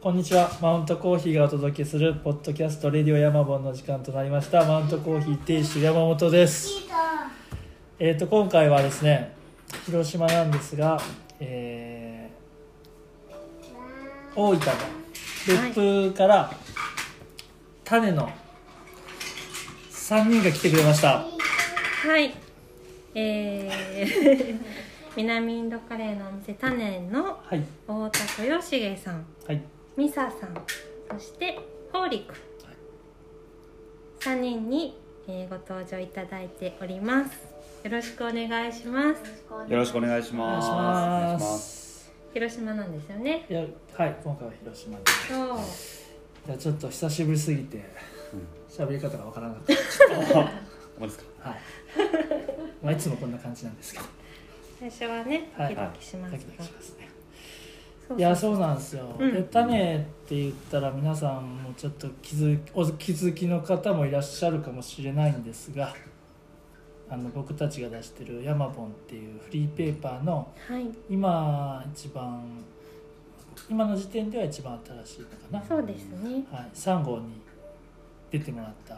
こんにちはマウントコーヒーがお届けするポッドキャストレディオヤマボンの時間となりましたマウントコーヒー店主山本ですえっ、と今回はですね広島なんですが、えー大分の別府から種の3人が来てくれましたはい。えー、南インドカレーのお店タネンのはい太田豊重さん、はいミサさん、そしてホーリク三人に、えーご登場いただいております。よろしくお願いします。 よろしくお願いしお願まいす。します広島なんですよね。いやはい今回は広島でそう。いやちょっと久しぶりすぎて喋り方がわからなかっお願いします。お待ちですか。た、はいまあ、いつもこんな感じなんですけど最初はね、ドはいキドキしますドがキドキしますねそうそういやそうなんですよ、うんで種って言ったら皆さんもちょっと気づお気づきの方もいらっしゃるかもしれないんですがあの僕たちが出してるヤマボンっていうフリーペーパーのはい。今一番今の時点では一番新しいのかなそうですね。はい、3号に出てもらった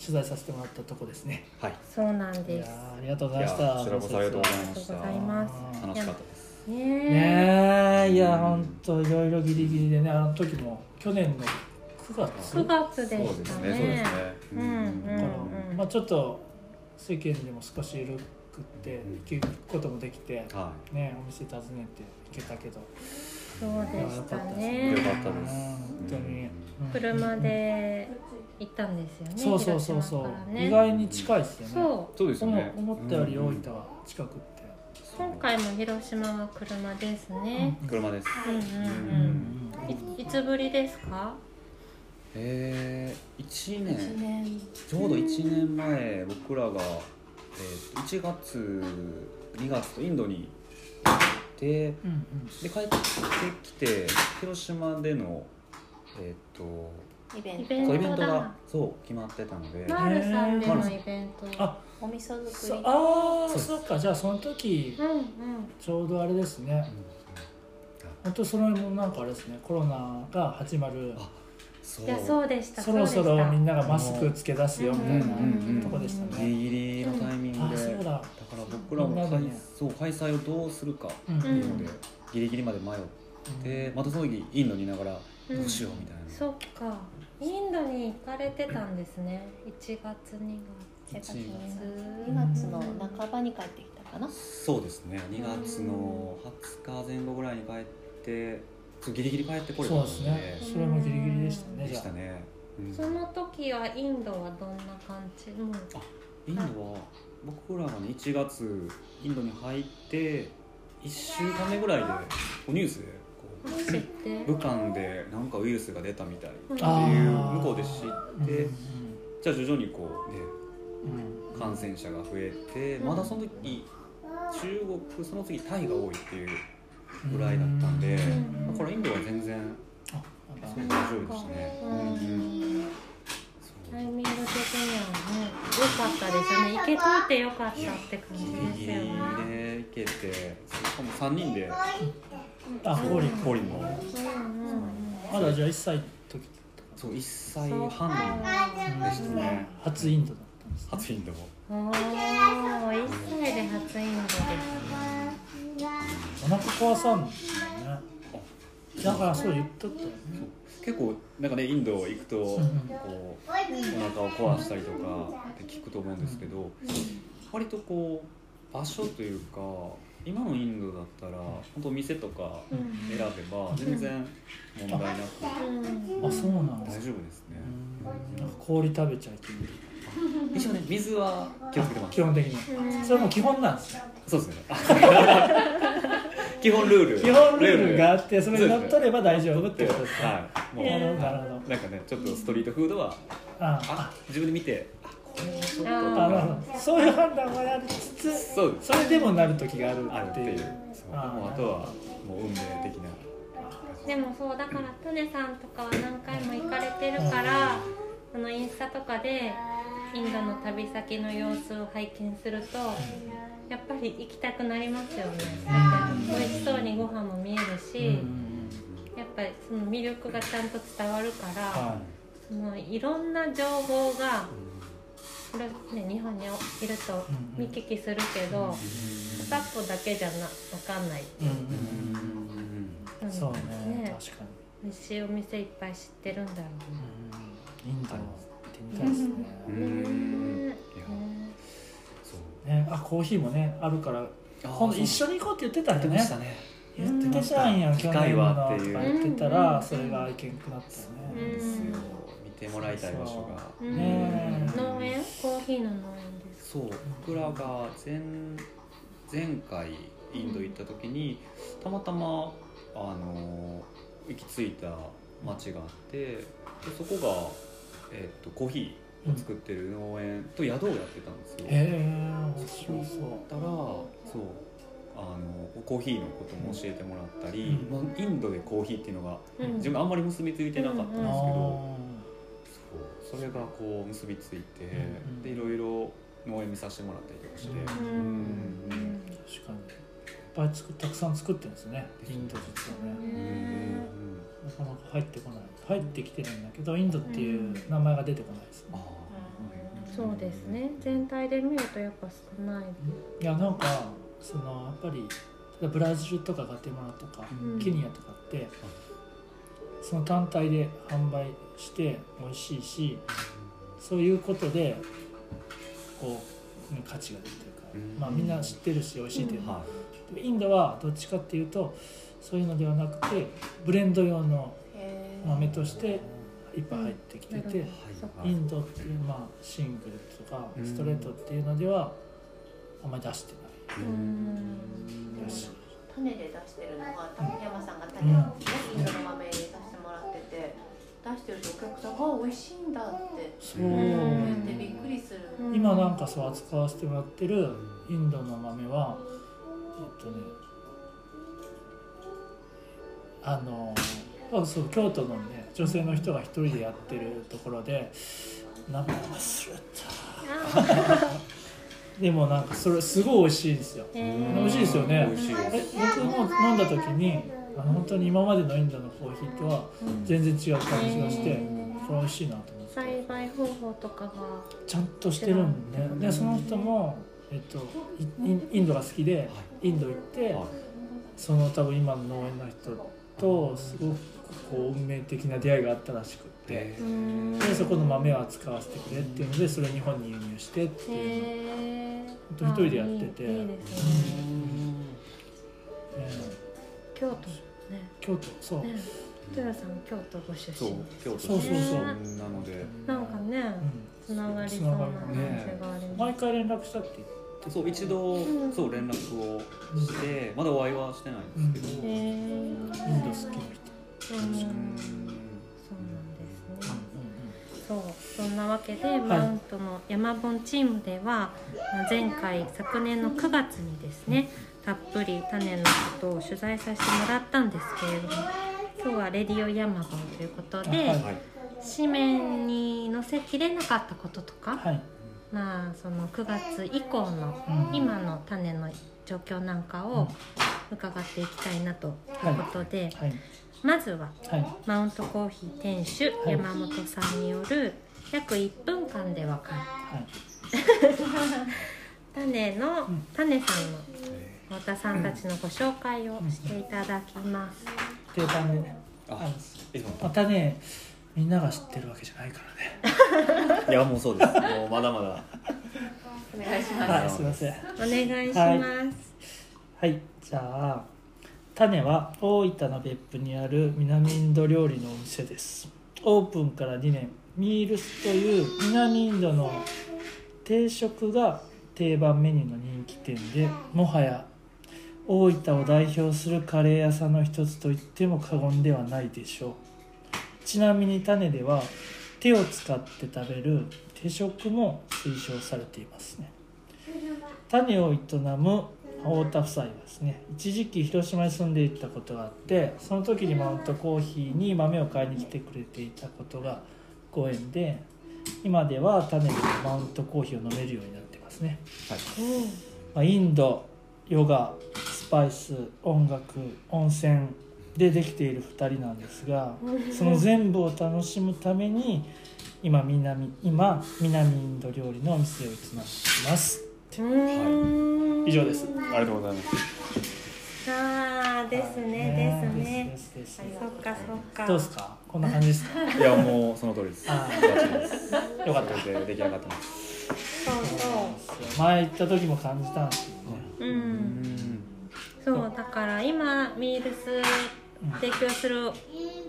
取材させてもらったとこですねはい。そうなんいやです。ーありがとうございいまや、したこちらこそありがとうございあまりがしとた。うございます。す楽しかったです。ねえ。ねえいやほんといろいろギリギリでねあの時も去年の9月9月でそうしでたすね。そうですねね。うんから、うんうんまあ、ちょっと世間でも少し緩くってうん行くこともできて、はねお店訪ねて行けたけどそうでしたい。ねよかったです。本当に、うん車で行ったんですよねそうそうそう広島かそらう、ね意外に近いですよねそそうですよね。思思ったより大うん分は近くって、う今回も広島は車ですね車です。うんうんうんいいつぶりですかええ、一年。年ちょうど一年前、僕らが。えー一月。二月とインドに。で。うんうんで、帰ってきて、広島での。えーっと。イベンイトベンそうトイベントだが。そう、決まってたので。マールさんでのイベントあお味噌作そりあーそっかじゃあその時うんうんちょうどあれですね本当それもなんかあれですねコロナが始まるあそういやそうでしたそろそろみんなながマスクつけ出すよみたいうんうんうんなとこでしたギね、リギリのタイミングあで、そうだだから僕らもみんな開,、でねそう開催をどうするかうっていうのうで、んギリギリまで迷ってまたその時インドにいながらどうしようみたいな、そっかインドに行かれてたんですね1月2生活に月2月の半ばに帰ってきたかなそうですね2月の20日前後ぐらいに帰ってそうギリギリ帰ってこれたそうのでですねそれもギリギリでしたねでじゃしたあね、うんその時はインドはどんな感じもうインドは僕らがね1月インドに入って1週間目ぐらいでこうニュースでこ知ってう武漢でなんかウイルスが出たみたいってあいうー向こうで知って、じゃあ徐々にこうねうんうん感染者が増えてうんまだその時中国その次タイが多いっていうぐらいだったんで、うんまあこれインドは全然あなんか大丈夫でしたね。ううんんうんタイミング的にはね良かったですね行けといて良かったって感ギじリギリですよねで行けて、しかも三人であホーリーポリもうんうんうんまだじゃあ1歳の時そう一歳半でしたね。初インドだったんです初インドもおー一歳で初インドですお腹壊さんのねだからそう言っとったよね結構なんかねインド行くとんこうお腹を壊したりとかって聞くと思うんですけど割とこう場所というか今のインドだったら本当店とかうん選べば全然問題なくうんあそうなんで大すか丈夫ですねうんなんか氷食べちゃいけない一応ね水は気をつけてます基本的うにんそれも基本なんですよそうですね 基本ルール基本ルールがあってそれにのっとれば大丈夫っってていうここととでですすかねはいもうなるほどなるほはいなんかねちょっとストリートフードはどあああ自分で見てあこれはちょっととあなるかほどそういう判断もやりつつそうそれでもなる時がああるるっってていいううそうあーもうあとはもう運命的なでもそうだからトネさんとかは何回も行かれてるからあのインスタとかでインドの旅先の様子を拝見するとやっぱり行きたくなりますよね美味しそうにご飯も見えるし、うんうんうんやっぱりその魅力がちゃんと伝わるから、、はいそのいろんな情報がこれ、ね、日本にいるとうん見聞きするけど、うん片っぽだけじゃな分かんない、いうんなうんんでそうねね確か美味しいお店いっぱい知ってるんだろに、うん、インドも行ってみたいですね、ううねんねいやねそうね、あコーヒーもねあるからあー今度一そう緒に行こうって言ってたんやだってよましたねね言ってたじゃんやん機会はっていう去年のとか言ってたら、うんそれがいけんくなったようね、んですよ見てもらいたい場所がうんねえ農園コーヒーの農園ですそう僕らが前前回インド行った時にたまたまあの行き着いた町があってでそこが、えっとコーヒーを作ってる農園と宿をやってたんですへよ。え面白そだからそうあのコーヒーのことも教えてもらったり、うんまあ、インドでコーヒーっていうのがうん自分あんまり結びついてなかったんでうすけうんあど、そうそれがこう結びついて、うんでいろいろ農園見させてもらったりとかして、ううんうんー確かにいっぱい作たくさん作ってるんですねインド実はねねなかなか入ってこない入ってきてるんだけどインドっていう名前が出てこないです、ねあーそうですね全体で見るとやっぱ少ないいやなんかそのやっぱりブラジルとかガテマラとか、うんケニアとかってその単体で販売して美味しいしそういうことでこうね価値が出るというか、うんまあ、みんな知ってるし美味しいといううんのは、はでインドはどっちかっていうとそういうのではなくてブレンド用のへー豆としていっぱい入ってきてて、うんいはいそうはいインドっていう、まあ、シングルとかうんストレートっていうのではあんまり出してううんないらしい。種で出してるのが山さんが種うをんねインドの豆に出してもらってて出してるとお客さんが美味しいんだってそう、うん言ってびっくりするうん今なんかそう扱わせてもらってるインドの豆はえっとねあのあそう京都のね女性の人が一人でやってるところで名前忘れあたでもなんかそれすごい美味しいんですよーへ 美味しいですよね美味しいえです僕も飲んだ時にあの本当に今までのインドのコーヒーとは全然違う感じがしてこれ美味しいなと思って栽培方法とかがちゃんとしてるんで、ね、でその人も、えっと、イインインドが好きでインド行ってはいその多分今の農園の人とすごくこう運命的な出会いがあったらしくってでうんでそこの豆を扱わせてくれっていうのでそれを日本に輸入してっていうのへーほんと一人でやっててあいいいいですねえ京都ねえ京都そうね豊さん京都ご出そう身京都そうそうそうなのでなんかねうんつながりそうな感じがありま毎回連絡したって言ってそう一度うんそう連絡をしてまだお会いはしてないんですけすどへうんーインド好きな人うんそうなんですねうそうそんなわけで、いマウントの山本チームではまあ前回昨年の9月にですねたっぷり種のことを取材させてもらったんですけれども今日は「レディオヤマゴン」ということで、はいはい紙面に載せきれなかったこととか、んうんはいまあその9月以降のうん今の種の状況なんかうんを伺っていきたいなというはことで、いまずははいマウントコーヒー店主はい山本さんによる約1分間でわかるはい種のうん種さんのえ太田さんたちのご紹介をしていただきます。で種ねーああえまたねみんなが知ってるわけじゃないからねいやもうそうですもうまだまだお願いしますはいすいませんお願いします。はいじゃあ種は大分の別府にある南インド料理のお店ですオープンから2年ミールスという南インドの定食が定番メニューの人気店でもはや大分を代表するカレー屋さんの一つと言っても過言ではないでしょうちなみに種では手を使って食べる手食も推奨されていますね種を営む太田夫妻はですね一時期広島に住んでいたことがあってその時にマウントコーヒーに豆を買いに来てくれていたことがご縁で今では種でマウントコーヒーを飲めるようになってますね、まあ、インドヨガスパイス音楽温泉でできている2人なんですがその全部を楽しむために今南今南インド料理のお店を営んでいますうん以上ですありがとうございますああですねですねですですそっかそっかどうですかこんな感じです かいやもうその通りですあバッチリですーよかったそれで出来上がってますそうそ前行った時も感じたんですけどねうううんんそうだから今ミールス提供する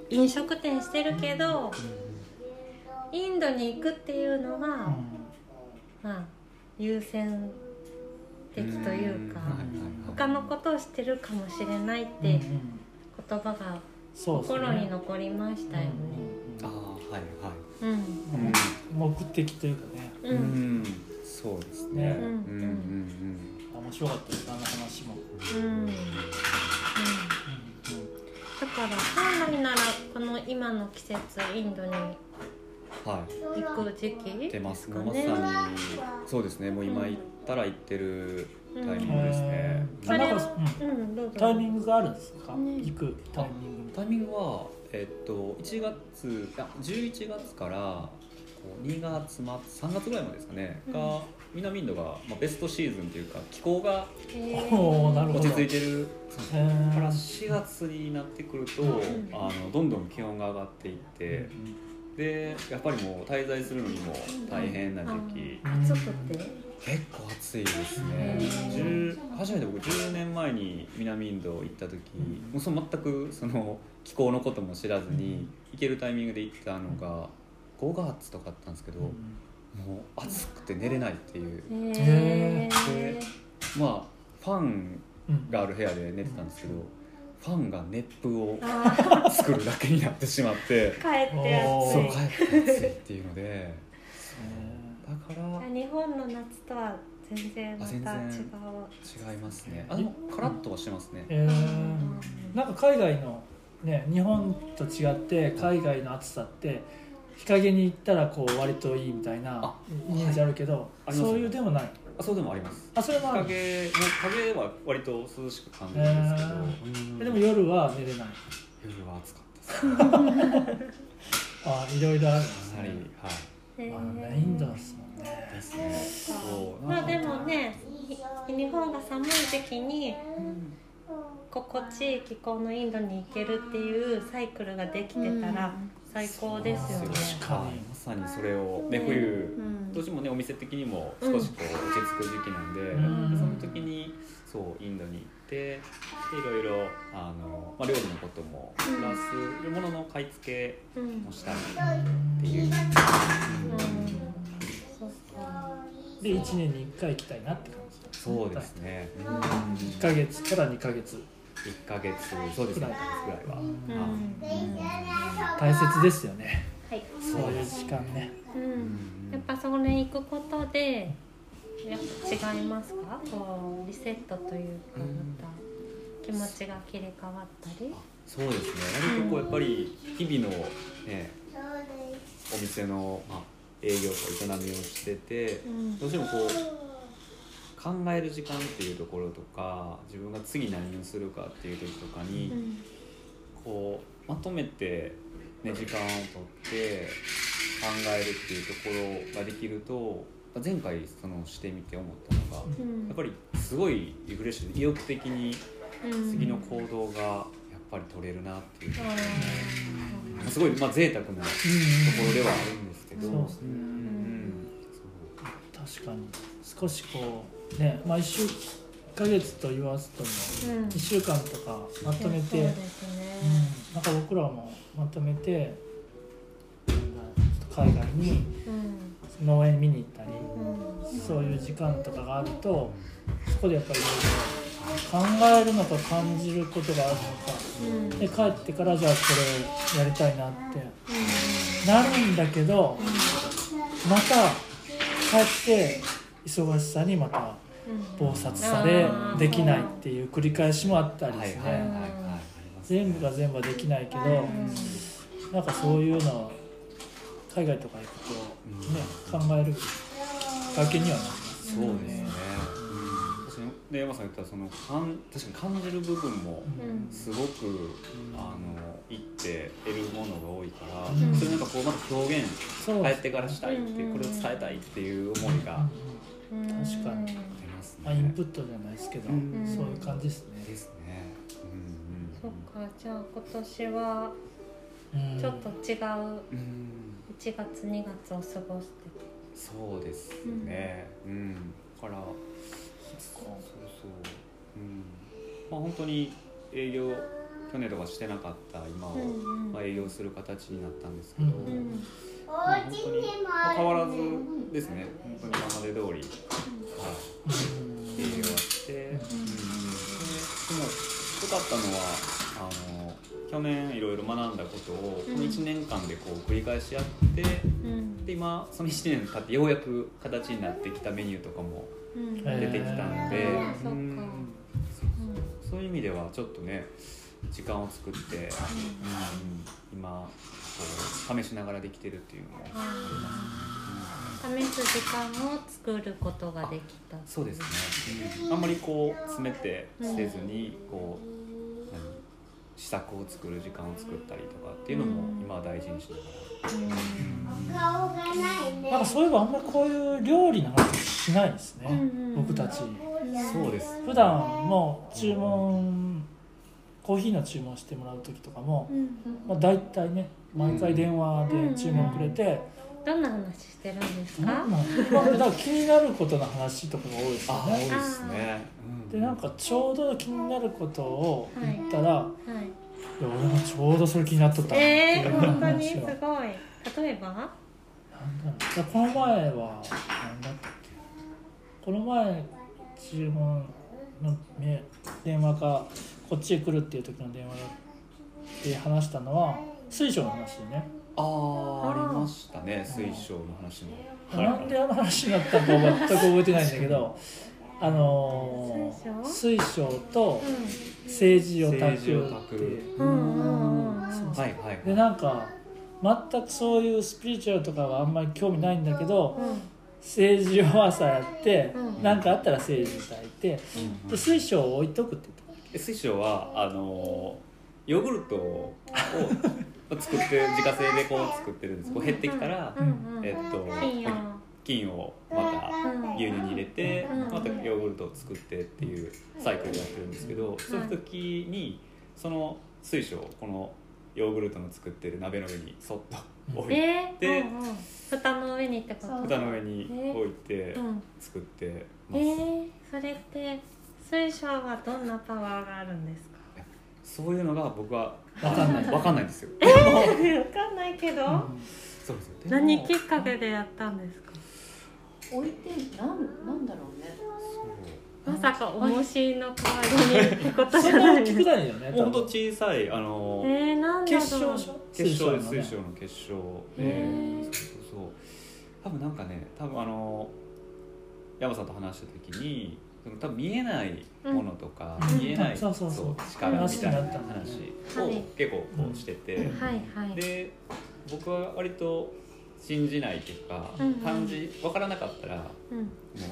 飲食店してるけどインドに行くっていうのが、まあ優先的というか、んはいはい他のことをしてるかもしれないって言葉がそうですね心に残りましたよね。ああはいはうんいうん目的というかねううんん、そうですね。うんうんうん面白かったですあの話も、うんうんうんだから本来ならこの今の季節インドにうん。はい。行く時期出ます。もうまですかねさに。そうですね。もう今行ったら行ってるタイミングですね。うん、あなんか、うん、うんどうぞタイミングがあるんですか、ね行くタイミングみたいタイミングはえっと1月あ11月からこう2月末3月ぐらいまでですかね。うんが南インドがまあベストシーズンというか気候がへーおーなるほど落ち着いてる。な、へーから4月になってくるとうんあのどんどん気温が上がっていってでやっぱりもう滞在するのにも大変な時期。あ暑くて結構暑いですへねー10初めて僕10年前に南インド行った時もうその全くその気候のことも知らずに行けるタイミングで行ったのが5月とかだったんですけどうもんう暑くて寝れないっていうへへえまあファンうんがある部屋で寝てたんですけどファンが熱風をあー作るだけになってしまって帰っておーそう暑い帰って暑いっていうのでへだから日本の夏とは全然また違うあ全然違いますねあでもカラッとはしてますねーえーなんか海外のね日本と違って海外の暑さって日陰に行ったらこう割といいみたいなあイメージあるけど、はいそういうでもないあそうでもありますあそれもあるえ影も影は割と涼しく感じるんですけど、うんでも夜は寝れない夜は暑かったですかあいろいろあるんですなりね、はいあなインドですもんねですねそうまあでももねひ日本が寒い時期に心地いい気候のインドに行けるっていうサイクルができてたら最高ですよね。確かにまさにそれをねね冬、うんどうしてもねお店的にも少しこう落ち着く時期なんで、うんでその時にそうインドに行ってでいろいろあの、まあ、料理のこともプラスものの買い付けうんもしたりっていう、うんそうそうで1年に1回行きたいなって感じそうですね、うん1ヶ月から2ヶ月一ヶ月そうですねくらい一ヶ月ぐらいは、うんあ大切ですよねはいそういう時間ねうんやっぱそれ行くことでやっぱ違いますかこうリセットというかうんまた気持ちが切り替わったりそうですね割とこうやっぱり日々の、ね、お店の、まあ、営業とか営みをしててうんどうしてもこう考える時間っていうところとか自分が次何をするかっていう時とかうにんこうまとめて、ね、時間をとって考えるっていうところができると前回そのしてみて思ったのがうんやっぱりすごいリフレッシュで意欲的にうん次の行動がやっぱり取れるなっていうあまーあすごいまあ贅沢なところではあるんですけど、うんそうですねんん確かに少しこうねまあ1週1ヶ月と言わずともうん1週間とかまとめて、いうんやそうですねなんか僕らもまとめてなんかちょっと海外にうん農園見に行ったりうんそういう時間とかがあるとそこでやっぱりいろいろ考えるのか感じることがあるのかうんで帰ってからじゃあこれやりたいなってなるんだけどまた帰って忙しさにまた暴殺されあーできないっていう繰り返しもあったそうりはでいすはいはいねはいありますね全部が全部はできないけどうんなんかそういうのは海外とか行くとね考えるだけにはなりますそうですね、うん、確かにで山さんが言ったそのかん確かに感じる部分もうんすごくあのいって得るものが多いから、うんそれなんかこうまた表現そう帰ってからしたいって、うんこれを伝えたいっていう思いがうん確かにありますね。まあ、インプットじゃないですけど、うんそういう感じですね、ですね。うそんっかじゃあ今年はうんちょっと違ううんうん、うん1月2月を過ごしててそうですね。うん、だからそっそうかそう、うん、まあ本当に営業去年とかしてなかった今を、うんうんまあ、営業する形になったんですけど、うんううんまあ本当にまあ変わらずですね、本当に今まで通り、はい、うん営業はして、うん、ででも良かったのはあの去年いろいろ学んだことをこの1年間でこう繰り返しやってうんで今その1年経ってようやく形になってきたメニューとかもうんえ出てきたんで、えーうんそっかそういう意味ではちょっとね時間を作って、うん今こう試しながらできてるっていうのも、試す時間を作ることができたそうですね、あんまりこう詰めてせずにこう、何試作を作る時間を作ったりとかっていうのも今は大事にしな顔ががないね。なんかそういえばあんまりこういう料理の話しないですね、うんうん僕たちら、そうです普段もう注文コーヒーの注文してもらう時とかも、うんうんまあ、大体ね毎回電話で注文くれて、どんな話してるんですなかん、なんまあだから気になることの話とかが多いですよあ多いねですね、うでなんかちょうど気になることを言ったら、いはいや俺もちょうどそれ気になっとったなってえいー、う本当に話すを、なんだごい例えばろうじゃあこの前は何だったっけこの前注文のね電話かこっちへ来るっていう時の電話で話したのは水晶の話でね、あーありましたね水晶の話も、なんであの話になったのか全く覚えてないんだけどあのー、水晶と政治を炊くっていううんうんうんうんうんはいはいはいでなんか全くそういうスピリチュアルとかはあんまり興味ないんだけど政治を朝やってうん何、かあったら政治炊いてうんで水晶を置いとくって言っえ水晶はあのーヨーグルトを作って自家製でこう作ってるんですこう減ってきたら、うんうんえっと金曜菌をまたうん牛乳に入れて、うんまたヨーグルトを作ってっていうサイクルやってるんですけど、そういう時にその水晶をこのヨーグルトの作ってる鍋の上にそっと置いて、えーでうんうん蓋の上にってことそう蓋の上に置いてうん作ってえます、ー、それって水晶はどんなパワーがあるんですかそういうのが僕はわかんないわかんないんですよ、 わかんないけど、た、そうですよでも何きっかけでやったんですか置いてなんなんだろうねそうまさか重しの代わりにってことそじゃれなはいで聞すくかないよ ねもうほん多と分小さいあのえー、なんだろう決勝でしょ決勝水水晶晶のねの決勝へでーそうそうそう多分なんかね多分あの山さんと話した時にその多分見えないものとか、うん見えない、うんそうそうそう力みたいな話話になったんだねをはい結構こうしてて、はいはいで僕は割と信じないというか、うんうん感じ分からなかったらもうんう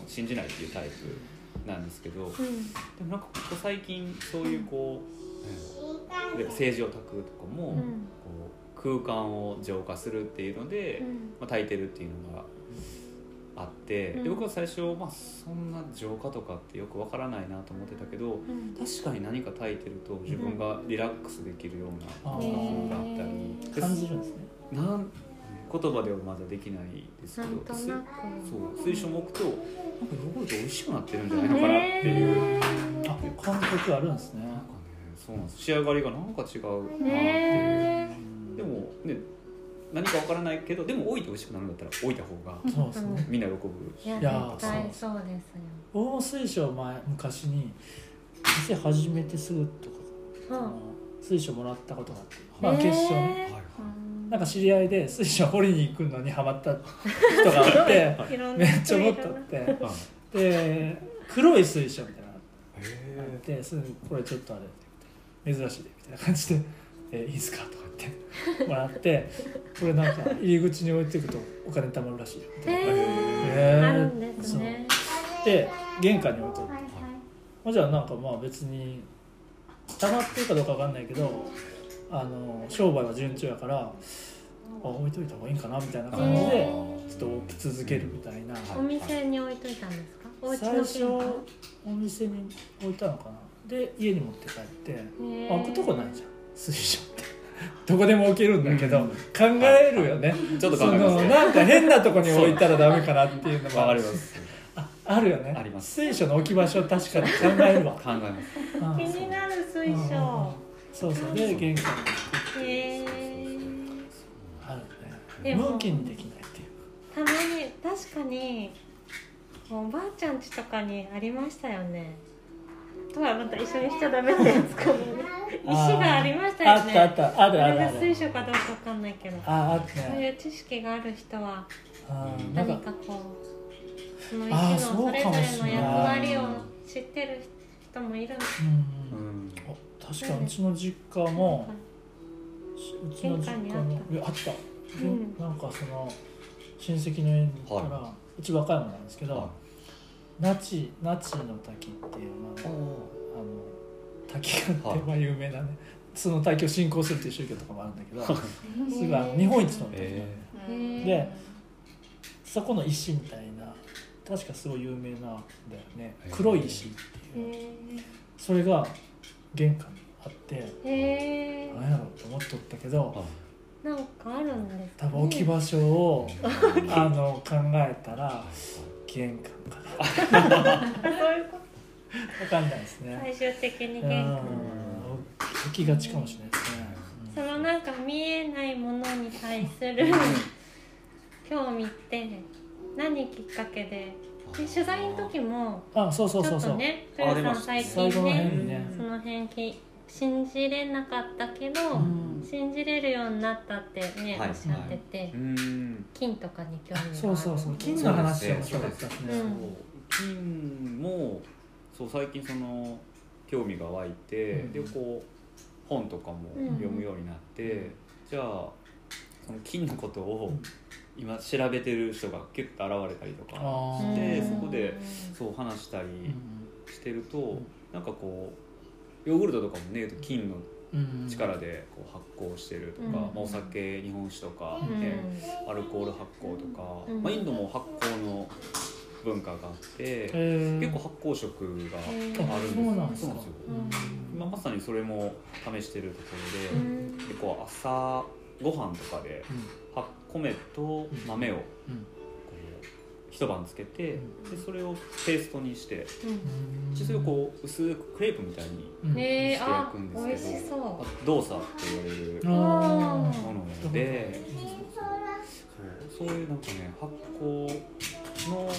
信じないっていうタイプなんですけど、でうんもなんかここ最近そういうこう、例えば政治を炊くとかも。うんこう空間を浄化するっていうので、うんまあ、炊いてるっていうのがあって、うんで僕は最初、まあ、そんな浄化とかってよくわからないなと思ってたけどうん確かに何か炊いてると自分がリラックスできるようなうん感覚があったり、で感じるんですねなん言葉ではまだできないですなけんどとすなくそう水晶も置くとなんかヨーグルト美味しくなってるんじゃないのかなっていう、えあ感覚あるんですねなんかねそうなんです仕上がりがなんか違うなってー、いう。えでもね何かわからないけどでも置いて美味しくなるんだったら置いた方がー、そうですねみんな喜ぶいしやいやー絶対そうですよ僕も水晶前昔に店始めてすぐとかそうあの水晶もらったことがあって、えまあ、決勝ね、ーはいはいうんなんか知り合いで水晶掘りに行くのにハマった人があって いろんめなっちゃ人い持るっなとってはいで黒い水晶みたいなのがあっへてすぐこれちょっとあれ珍しいでみたいな感じで 「えいいですか?」とか言ってもらってこれなんか入り口に置いていくとお金貯まるらしいよみたいなえー、へーあるんですねで玄関に置いてあってえまあ、じゃあなんかまあ別にたまってるかどうかわかんないけどあの商売は順調やからあ置いといた方がいいんかなみたいな感じでちょっと置き続けるみたいなお店に置いといたんですかお家最の初玄関お店に置いたのかなで家に持って帰ってへー置くとこないじゃん水晶ってどこでも置けるんだけど考えるよねちょっとそ考えますのねなんか変なとこに置いたらダメかなっていうのがわかりますああるよねあります水晶の置き場所確かに考えるわ考えますうん気になる水うん晶そうそうで玄関にへえあるでねも無気にできないっていうたまに確かにおばあちゃん家とかにありましたよねとはまた一緒にしちゃダメなやつかもね 石がありましたよねあったあったあるあこるれあが水る晶かどうかわかんないけどああったそうねいう知識がある人はあーなん何かかこうそのあー石のそれぞれの役割を知ってる人もいるのうんうんあ確かうちの実家もうちの実家の玄関にえあった、でうんなんかその親戚の家に行ったら、はうち和歌山なんですけど、は那智那智の滝っていう、まあ、あの滝があって、はいまあ有名なねその滝を信仰するっていう宗教とかもあるんだけどすごすいあの日本一の滝なんで、えうんでそこの石みたいな確かすごい有名なんだよねへー黒い石っていうそれが玄関にあってへえ何やろうと思っとったけどあなんかあるんです多分置き場所を、あの考えたら玄関かなあそういうこと分かんないですね最終的にうん玄関置きがちかもしれないですねそのなんか見えないものに対する興味って何きっかけでで取材の時もあそうそうちそょうっそとうねあ豊出さまんした最最後近の辺ねにねその辺き信じれなかったけど、うん信じれるようになったってね、はいおっしゃってて、うん金とかに興味があるそうそうそう金の話面白かったですねうん金もそう最近その興味が湧いて、うんでこう本とかも読むようになって、じゃあその金のことをうん今調べてる人が結構現れたりとかあしーてうんそこでそう話したりうんしてると、なんかこうヨーグルトとかもね金のうん力でこう発酵してるとか、うんまあ、お酒日本酒とか、うんねアルコール発酵とか、うんまあ、インドも発酵の文化があって、えー結構発酵食がうんあるんですそうなんですそうかなんですようん今まさにそれも試してるとこうろで、ん結構朝ご飯とかで発米と豆をこうんうんう一晩つけて、うでそれをペーストにしてうんうんそれをこう薄くクレープみたいにうんへえしていあくんですけど美味しそうあ動作って言われるああーものでうそうそういうなんかね発酵の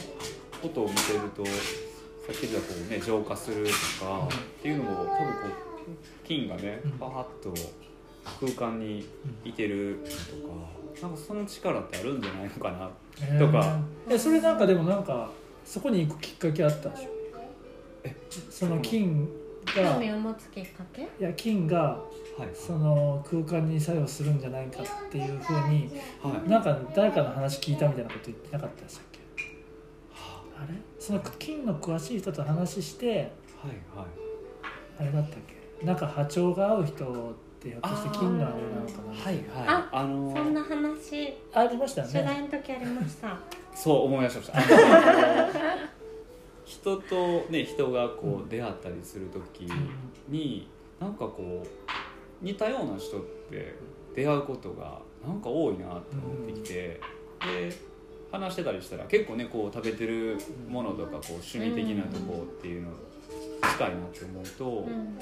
ことを見てるとさっき言ったこうね浄化するとかっていうのを多分こう菌がねうんバーッと空間にいてるとかなんかその力ってあるんじゃないのかなえーとかえそれなんかでもなんかそこに行くきっかけあったでしょその金興が味を持つきっかけいや金がはいその空間に作用するんじゃないかっていうふうにはいなんか誰かの話聞いたみたいなこと言ってなかったでしたっけあれその金の詳しい人と話してはいはいあれだったっけなんか波長が合う人ってひょっとして金のあれなのかなはいはいああのそんな話ありましたよ取材ねの時ありましたそう思い出しました あの人とね人がこう出会ったりする時になんかこう似たような人って出会うことがなんか多いなと思ってきて、で話してたりしたら結構ねこう食べてるものとかこう趣味的なとこっていうの近いなって思うと、うん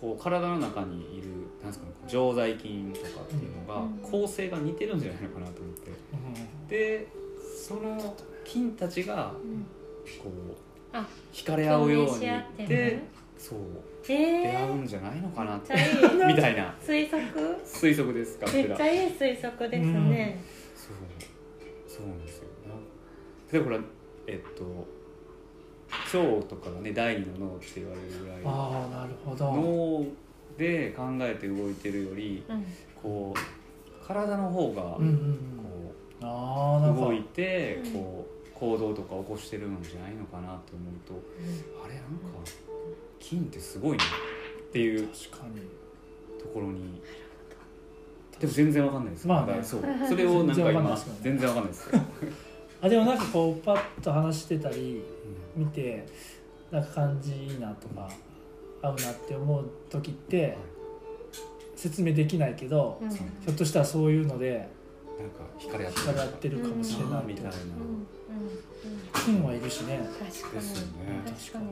こう体の中にいるなんですかねこう常在菌とかっていうのがうん構成が似てるんじゃないのかなと思って。でその菌たちがうんこあう惹かれ合うように共鳴し合ってるでそうえ出え会うー、んじゃないのかなめっってちゃいい みたいな推測推測ですかめっちゃそういい推測ですね、そうなんですよなでほらえっと腸とかがね第二の脳って言われるぐらいああなるほど脳で考えて動いてるよりうんこう体の方がうんうんうんこああなうんか動いてうんこう行動とか起こしてるんじゃないのかなって思うとあれなんか金ってすごいねっていう確かにところにでも全然わかんないですまあねだからそうそれをなんか今全全然わかんないですよ、あでもなんかこうパッと話してたり見てなんか感じいいなとか合うなって思う時って説明できないけど、うんそうひょっとしたらそういうのでうんなんか光り合って光ってるかもしれないみみたいたいなな、うんうんうん金はいるしね確かにですよね確かに確かに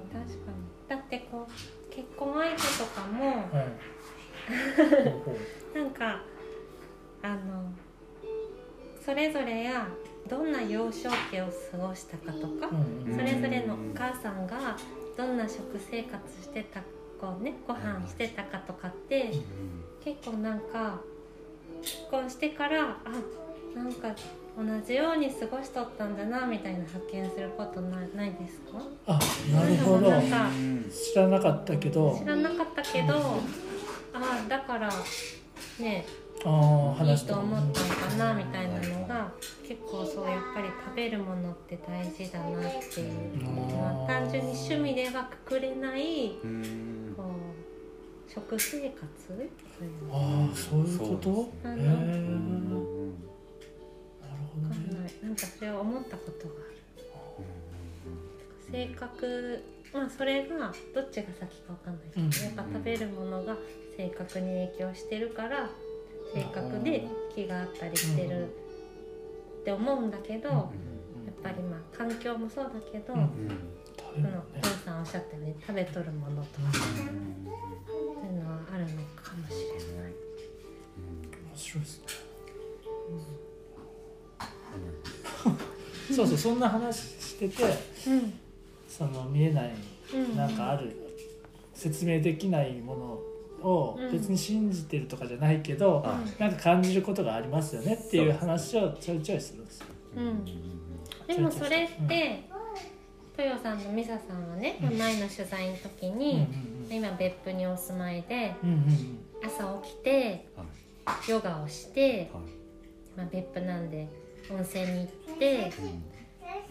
だってこう結婚相手とかもはいほうほうなんかあのそれぞれやどんな幼少期を過ごしたかとか、うんうんそれぞれのお母さんがどんな食生活してたこうねご飯してたかとかってうん結構なんか結婚してからあなんか同じように過ごしとったんだなみたいな発見することないないですかあなるほどなんかうん知らなかったけど知らなかったけど、ああだからねああいい話しとた思ったのかなみたいなのが結構そうやっぱり食べるものって大事だなっていう、まあ単純に趣味ではくくれないうんこう食生活ああそういうことそうでへえなねするうんうんほどわかんねないなんかそれを思ったことがある性格まあそれがどっちが先かわかんないけど、うんやっぱ食べるものが性格に影響してるから性格で気があったりしてうんるって思うんだけど、やっぱりまあ環境もそうだけど、うんうんうん食そべるののお父さんおっしゃったよね食べとるものとかっていうのはあるのかもしれない。面白いですねそうそうそんな話しててうんその見えないうんなんかある説明できないものをうん別に信じてるとかじゃないけど、あなんか感じることがありますよねっていう話をちょいちょいするんですよ。うんでもそれって、豊さんと美沙さんはね、うん前の取材の時うんに、今別府にお住まいでうんうんうんうん朝起きてはいヨガをして、はいまあ、別府なんで温泉に行って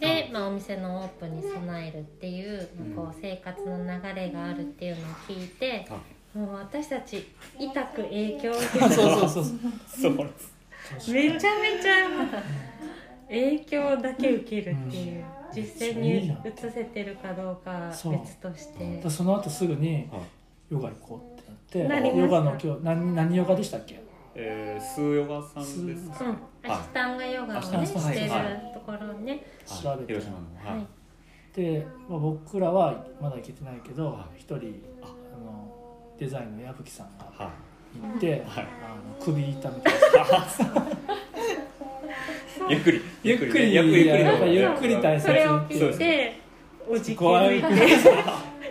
うで、まあ、お店のオープンに備えるっていう,、まあこう生活の流れがあるっていうのを聞いてんはいもう私たち痛く影響を受けうんたそうそうそうそうそうですめちゃめちゃ影響だけ受けるっていう、実践に移せてるかどうかは別そうとしてだからその後すぐにはいヨガ行こうってななっりまてしたヨガの今日何何ヨガでしたっけえースーヨガさんですうかん、アシタンガヨガをはいねしてるはいところね、調べて広島のははいい、で、まあ、僕らはまだ行けてないけどはい一人あのデザインの矢吹さんがは行って、はいあの首痛めていゆっくりゆっくりゆっくりやっぱゆっくり大そ切れを聞いそうでておじき怖い に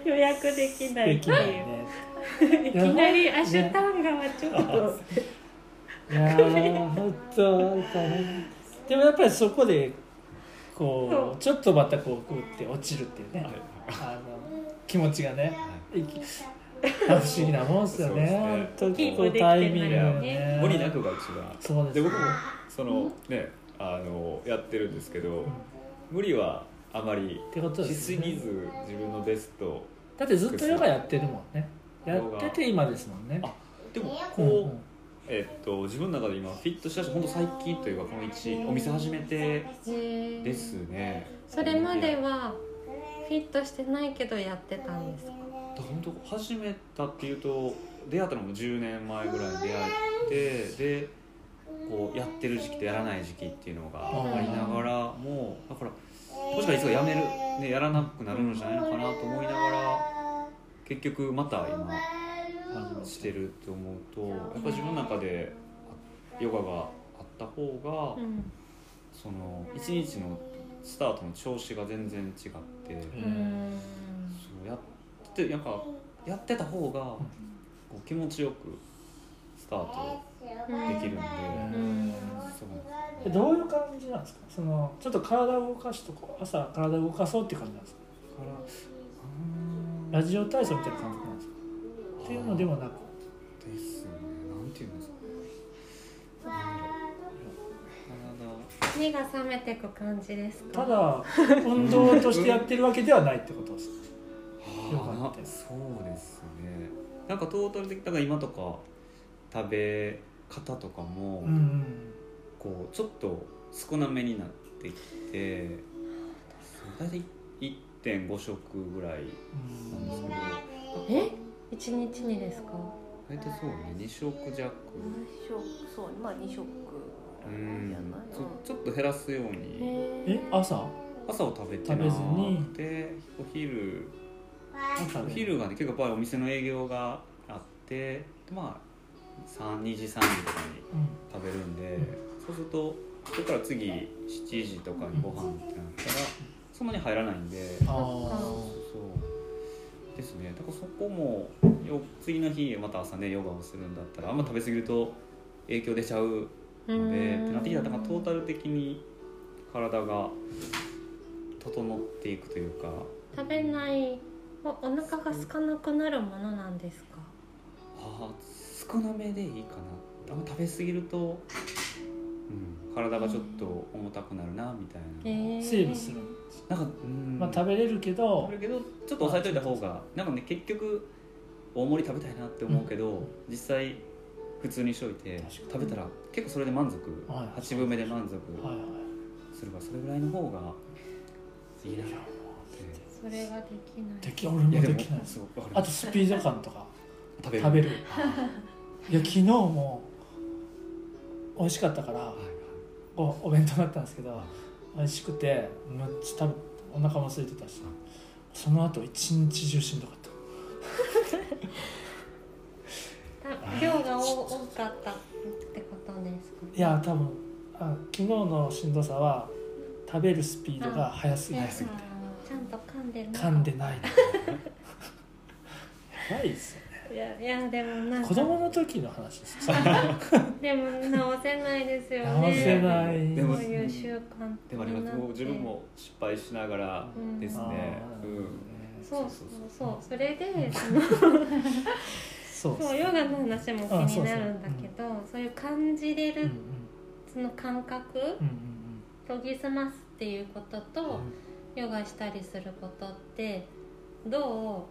予約できないでっきてないいうね。いきなりアシュタンガはちょっといやー本当大変でもやっぱりそこでこうちょっとまたこうグって落ちるっていうね、はいあの気持ちがねはいいき不思議なもんですよそうですねね本当キにーこプでうきてタないイよミングねよね無理なくがうちがそうですで僕もそのねあのやってるんですけど無理はあまりってことでしすすよねぎず自分のベストだってずっとヨガやってるもんねやヨガってて今ですもんねあでもうんうんこうえっと自分の中で今フィットしたし本当最近というかこの1お店始めてですねそれまではフィットしてないけどやってたんですか本当始めたっていうと出会ったのも10年前ぐらいに出会ってでこうやってる時期とやらない時期っていうのがありながらもだからもしかしたらいつかやめる、ね、やらなくなるのじゃないのかなと思いながら結局また今してるって思うとやっぱ自分の中でヨガがあった方が、うんその一日のスタートの調子が全然違って、ううんんそうやってやっぱやってた方がこう気持ちよくスタートできるんで、うんそうえどういう感じなんですかそのちょっと体を動かしとこう朝体を動かそうって感じなんですかからラジオ体操みたいな感じなんですかっていうのでもなくですねなんていうんですか目が覚めてく感じですかた だ運動としてやってるわけではないってことですか体あーなそうですねなんかトータル的だから今とか食べ方とかも、うんうんこうちょっと少なめになってきて大体1.5食ぐらいなんですけどえ一日にですか大体そうね2食弱二食そうまあ二食うじゃんないちょちょっと減らすようにへえ朝朝を食べてなくてお昼朝おで昼がね結構やっぱりお店の営業があってまあ3 2時3時とかうにん食べるんでそうするとそこから次7時とかにご飯ってなったらそんなに入らないんであそうーそうですねだからそこもよ次の日また朝ねヨガをするんだったらあんま食べ過ぎると影響出ちゃううのでーってなってきたらだからトータルル的に体が整っていくというか食べないおお腹が空かなくなるものなんですかあー少なめでいいかなあんま食べ過ぎると、うん、体がちょっと重たくなるなみたえいな、ーセーブする、なんか、うんまあ、食べれるけどあるけどちょっと抑えといた方がなんかね結局大盛り食べたいなって思うけど、実際普通にしといて確かに食べたら結構それで満足、はい八分目で満足はいはいするからそれぐらいの方がいいなってそれができないでき俺もいやででもきないそうわかりあまとすスピード感とか食べる食べるいや昨日も美味しかったからはいはいおお弁当だったんですけど美味しくてめっちゃ食べお腹も空いてたしその後一日中しんどかったた量が多多かったってことですかいや多分あ昨日のしんどさは食べるスピードが速すぎてちゃんと噛んでる噛んでないやばいっすよねいやいやでもなんか 子供の時の話ですよでも直せないですよね直せないでこもういう習慣でもありますもう自分も失敗しながらですあねーうんそうそうそうそれでそうっすそうヨガの話も気あそうそうになるんだけどそういう感じれうんうるんその感覚、うんうん研ぎ澄ますっていうことと、ヨガしたりすることってど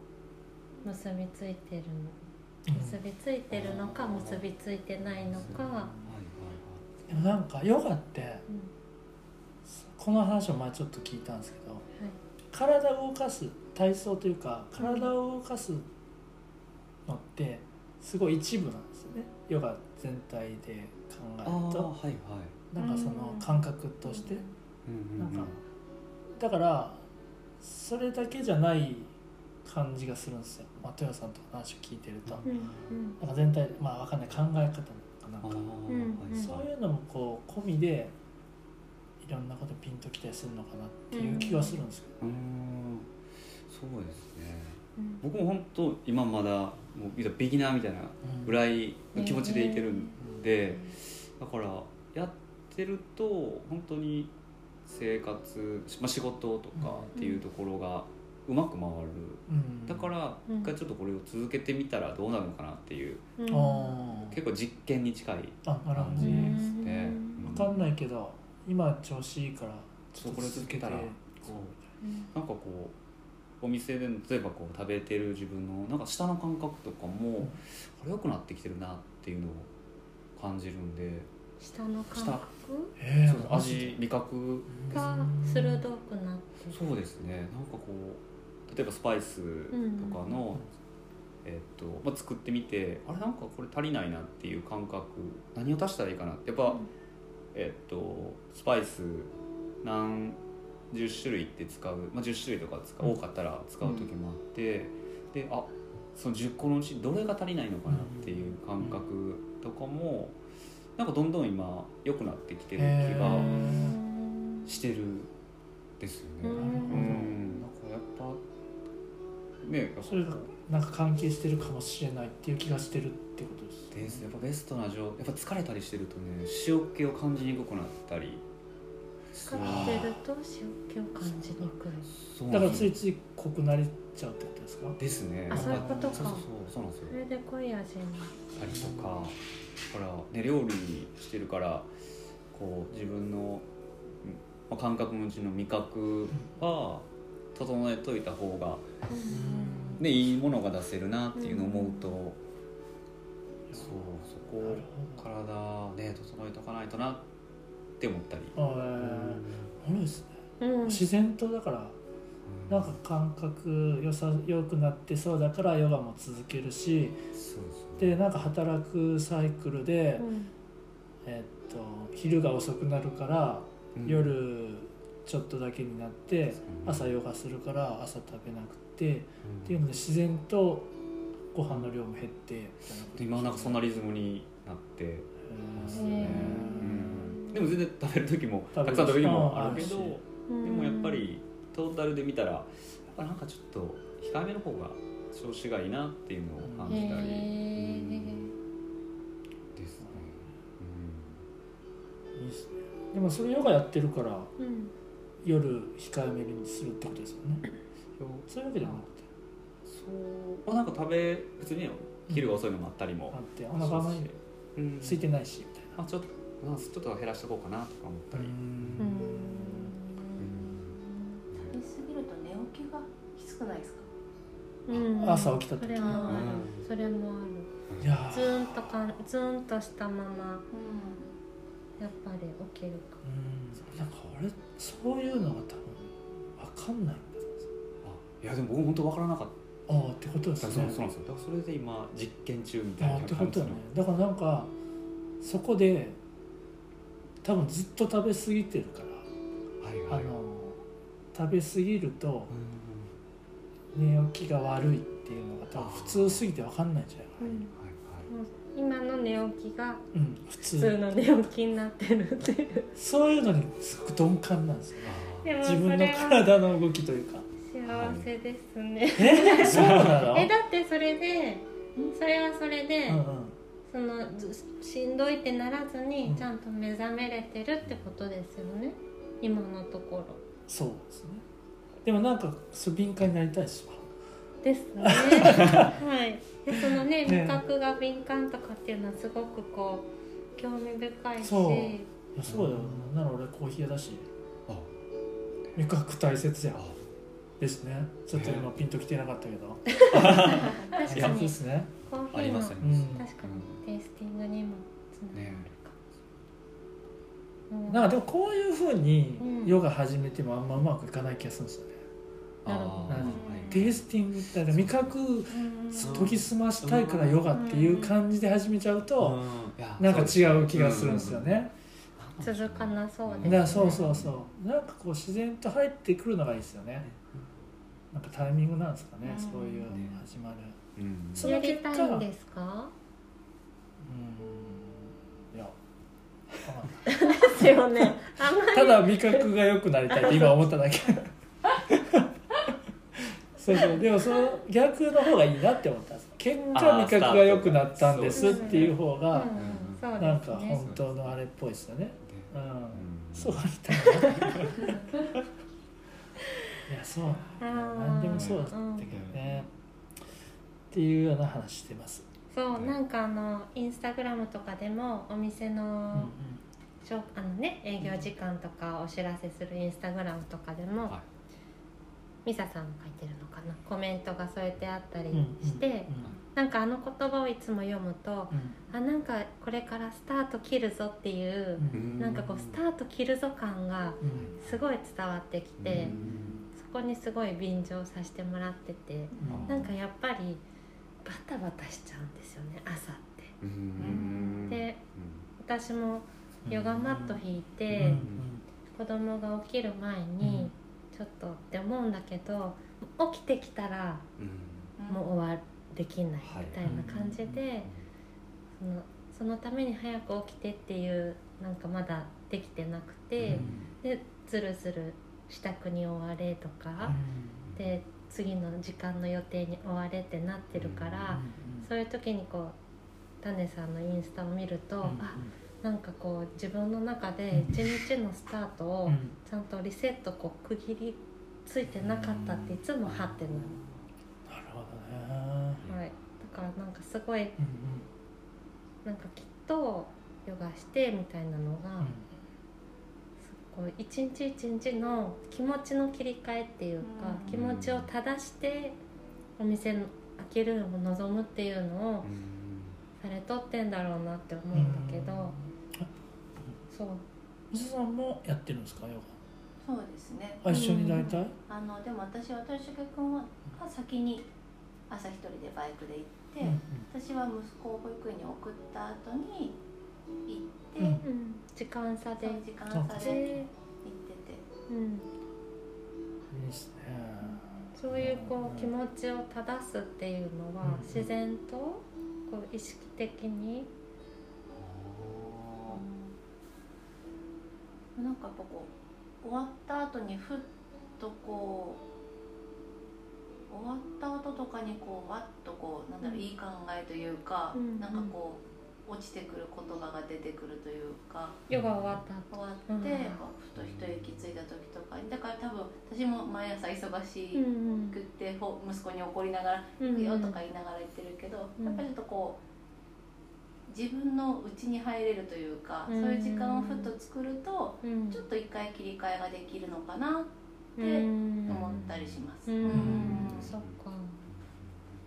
う結びついてるうんの結びついてるのか結びついてないのか、はいでもなんかヨガってうんこの話を前ちょっと聞いたんですけどはい、体を動かす体操というか体を動かすのってすごい一部なんですよねヨガ全体で考はいはいえるああとはいはいなんかその感覚としてうんなんうんうかんだからそれだけじゃない感じがするんですよまあ豊さんと話を聞いてるとうんうんなんか全体まあわかんない考え方なんかなんあかーんはいはいそういうのもこう込みでいろんなことピンときたりするのかなっていう気はするんですけどうーんそうですねうん僕も本当今まだもう言うたらビギナーみたいなぐらいの気持ちでいてるんうんで、だからやってると本当に生活、まあ、仕事とかっていうところがうまく回るうんだからうん一回ちょっとこれを続けてみたらどうなるのかなっていううんあー結構実験に近いあなるほ感どじねですねうんう分かんないけど今調子いいからそうこれ続けたらこうんなんかこうお店で例えばこう食べてる自分のなんか舌の感覚とかも、んこれ良くなってきてるなっていうのを感じるんで、下の感覚うえそう味味覚が鋭くなっそうですねなんかこう例えばスパイスとかの、えっとまあ、作ってみてあれなんかこれ足りないなっていう感覚何を足したらいいかなってやっぱ、うんえっとスパイス何十種類って使う、まあ、10種類とか使ううん多かったら使う時もあって、であその10個のうちどれが足りないのかなっていう感覚とかもなんかどんどん今良くなってきてる気がた、へしてるですよね。ううんんなんかやっぱねそれがなんか関係してるかもしれないっていう気がしてるってことですですやっぱベストな状やっぱ疲れたりしてるとね塩気を感じにくくなったりすかるかってると塩気を感じにくいそうなだんからですつよいつい濃くなれちゃうってことですかですねあそういうことかそうそうそうそうなんですよそれで濃い味になるたりとかだから、ね、料理してるからこう自分のうんまあ感覚のうちの味覚は整えといた方がうんでいいものが出せるなっていうのを思うと、そうそこなるを体ね整えとかないとなって思ったり、あーなるですねうん自然とだからなんか感覚良さ良くなってそうだからヨガも続けるしそうそうでなんか働くサイクルで、うんえっと昼が遅くなるから、うん夜ちょっとだけになってうん朝ヨガするから朝食べなくてうんっていうので自然とご飯の量も減ってみたいなこと今なんかそんなリズムになってますね、へーうんでも全然食べる時もた食べるくさん食べる時もあるけあるどうんでもやっぱりトータルで見たらやっぱなんかちょっと控えめの方が調子がいいなっていうのを感じたり、へーうんですね、いいですねでもそれヨガやってるからうん夜控えめにするってことですよねうんそういうわけでもなくてそうまあなんか食べ別にね昼が遅いのもあったりもあってお腹もそうしうん空いてないしみたいなあちょっとまあちょっと減らしとこうかなとか思ったり、う食べ過ぎると寝起きがきつくないですかんうん朝起きたそ時れいはあるうんそれもあやるーズーンとかんズーンとしたままうやっぱり起きるかうんなんか俺そういうのが多分分かんないんだあいやでも僕本当わからなかったああってことでそすうねそうなんですよだからそれで今実験中みたいあなあってことのよねだからなんかそこで多分ずっと食べ過ぎてるかはいら、はいあの食べ過ぎるとうん寝起きが悪いっていうのが多分普通すぎて分かんないんじゃないかうな、んはいはいもう今の寝起きがうん、普普通通の寝起きになってるっていうそういうのにすごく鈍感なんですよねあでもそ自分のれは体の動きというか幸せですねえそうなのえだってそれでそれはそれで、うんうんそのずしんどいってならずうんにちゃんと目覚めれてるってことですよね今のところそうですねでもなんかそう敏感になりたいですわですねはいでそのねね味覚が敏感とかっていうのはすごくこう興味深いしそういやそうだよなら俺コーヒー屋だしあ味覚大切やあですねちょっと今ピンときてなかったけど確いやかそうでにすねコーヒありーのます確あかりうます、んにテイスティングにもつながるねか、うんなんかでもこういうふうにうんヨガ始めてもあんまうまくいかない気がするんですよね、あーなるほどはいテイスティングって味覚うん研ぎ澄ましたいからヨガっていう感じで始めちゃうと、うんいやなんか違う気がするんですよね、続かなそうでだすうんからそうそうそうなんかこう自然と入ってくるのがいいですよねなんかタイミングなんですかね、うんそういうね始まるうんそやの結り果たいんですかうんいやですよ ねあんまただ味覚が良くなりたいって今思っただけそうそうでもその逆の方がいいなって思ったんです結果あー味覚が良くなったんですスっタートていう方がうんそうですねなんか本当のあれっぽいですよねうん、んそうありたいない やそうあー何でもそうだったけどね、っていうような話してます、そうなんかあのインスタグラムとかでもお店うの,、しょあのね、営業時間とかお知らせするインスタグラムとかでも、はミサさんが書いてるのかなコメントが添えてあったりうんうんして、うなんかあの言葉をいつも読むとんあなんかこれからスタート切るぞっていう、うんうんなんかこうスタート切るぞ感がうんすごい伝わってきて、うんそこにすごい便乗させてもらってて。うんなんかやっぱりバタバタしちゃうんですよね朝ってうんでう私もヨガマット引いて、うん子供が起きる前うんにちょっとって思うんだけど起きてきたらんうんんもう終わるできないみたいな感じで、うんそのそのために早く起きてっていうなんかまだできてなくうて、んでずるずる支度に追われとか、で次の時間の予定に追われってなってるから。そういう時にこうタネさんのインスタを見ると、あなんかこう自分の中で一日のスタートをちゃんとリセットこう区切りついてなかったっていつもハってななるほどねの、はい、だからなんかすごいなんかきっとヨガしてみたいなのが、こう一日一日の気持ちの切り替えっていうか、うん気持ちを正してお店開けるのを望むっていうのをうんされとってんだろうなって思うんだけど、そう水さんもやってるんですかヨそうですねガあ一緒に大体、あのでも私は豊重君はが先に朝一人でバイクで行って、うんうん私は息子を保育園に送った後に行って、うんうん、時間差でその時間差で行っててで、うん、いいですねそういうこう気持ちを正すっていうのうんうはん自然とこう意識的にうんなんかやっぱこう終わった後にふっとこう終わった後とかにこうわっとこうなんだろう、うんいい考えというか、うんなんかこう落ちてくる言葉が出てくるというかヨガ終わった後終わって、うんこうふと一息ついた時とかにだから多分私も毎朝忙うんしくって、ほ息子に怒りながらうん行くうよんとか言いながら言ってるけど、うんやっぱりちょっとこう自分の内に入れるというか、うんそういう時間をふっと作るとうんちょっと一回切り替えができるのかなうでんと思ったりします、うん、んそっか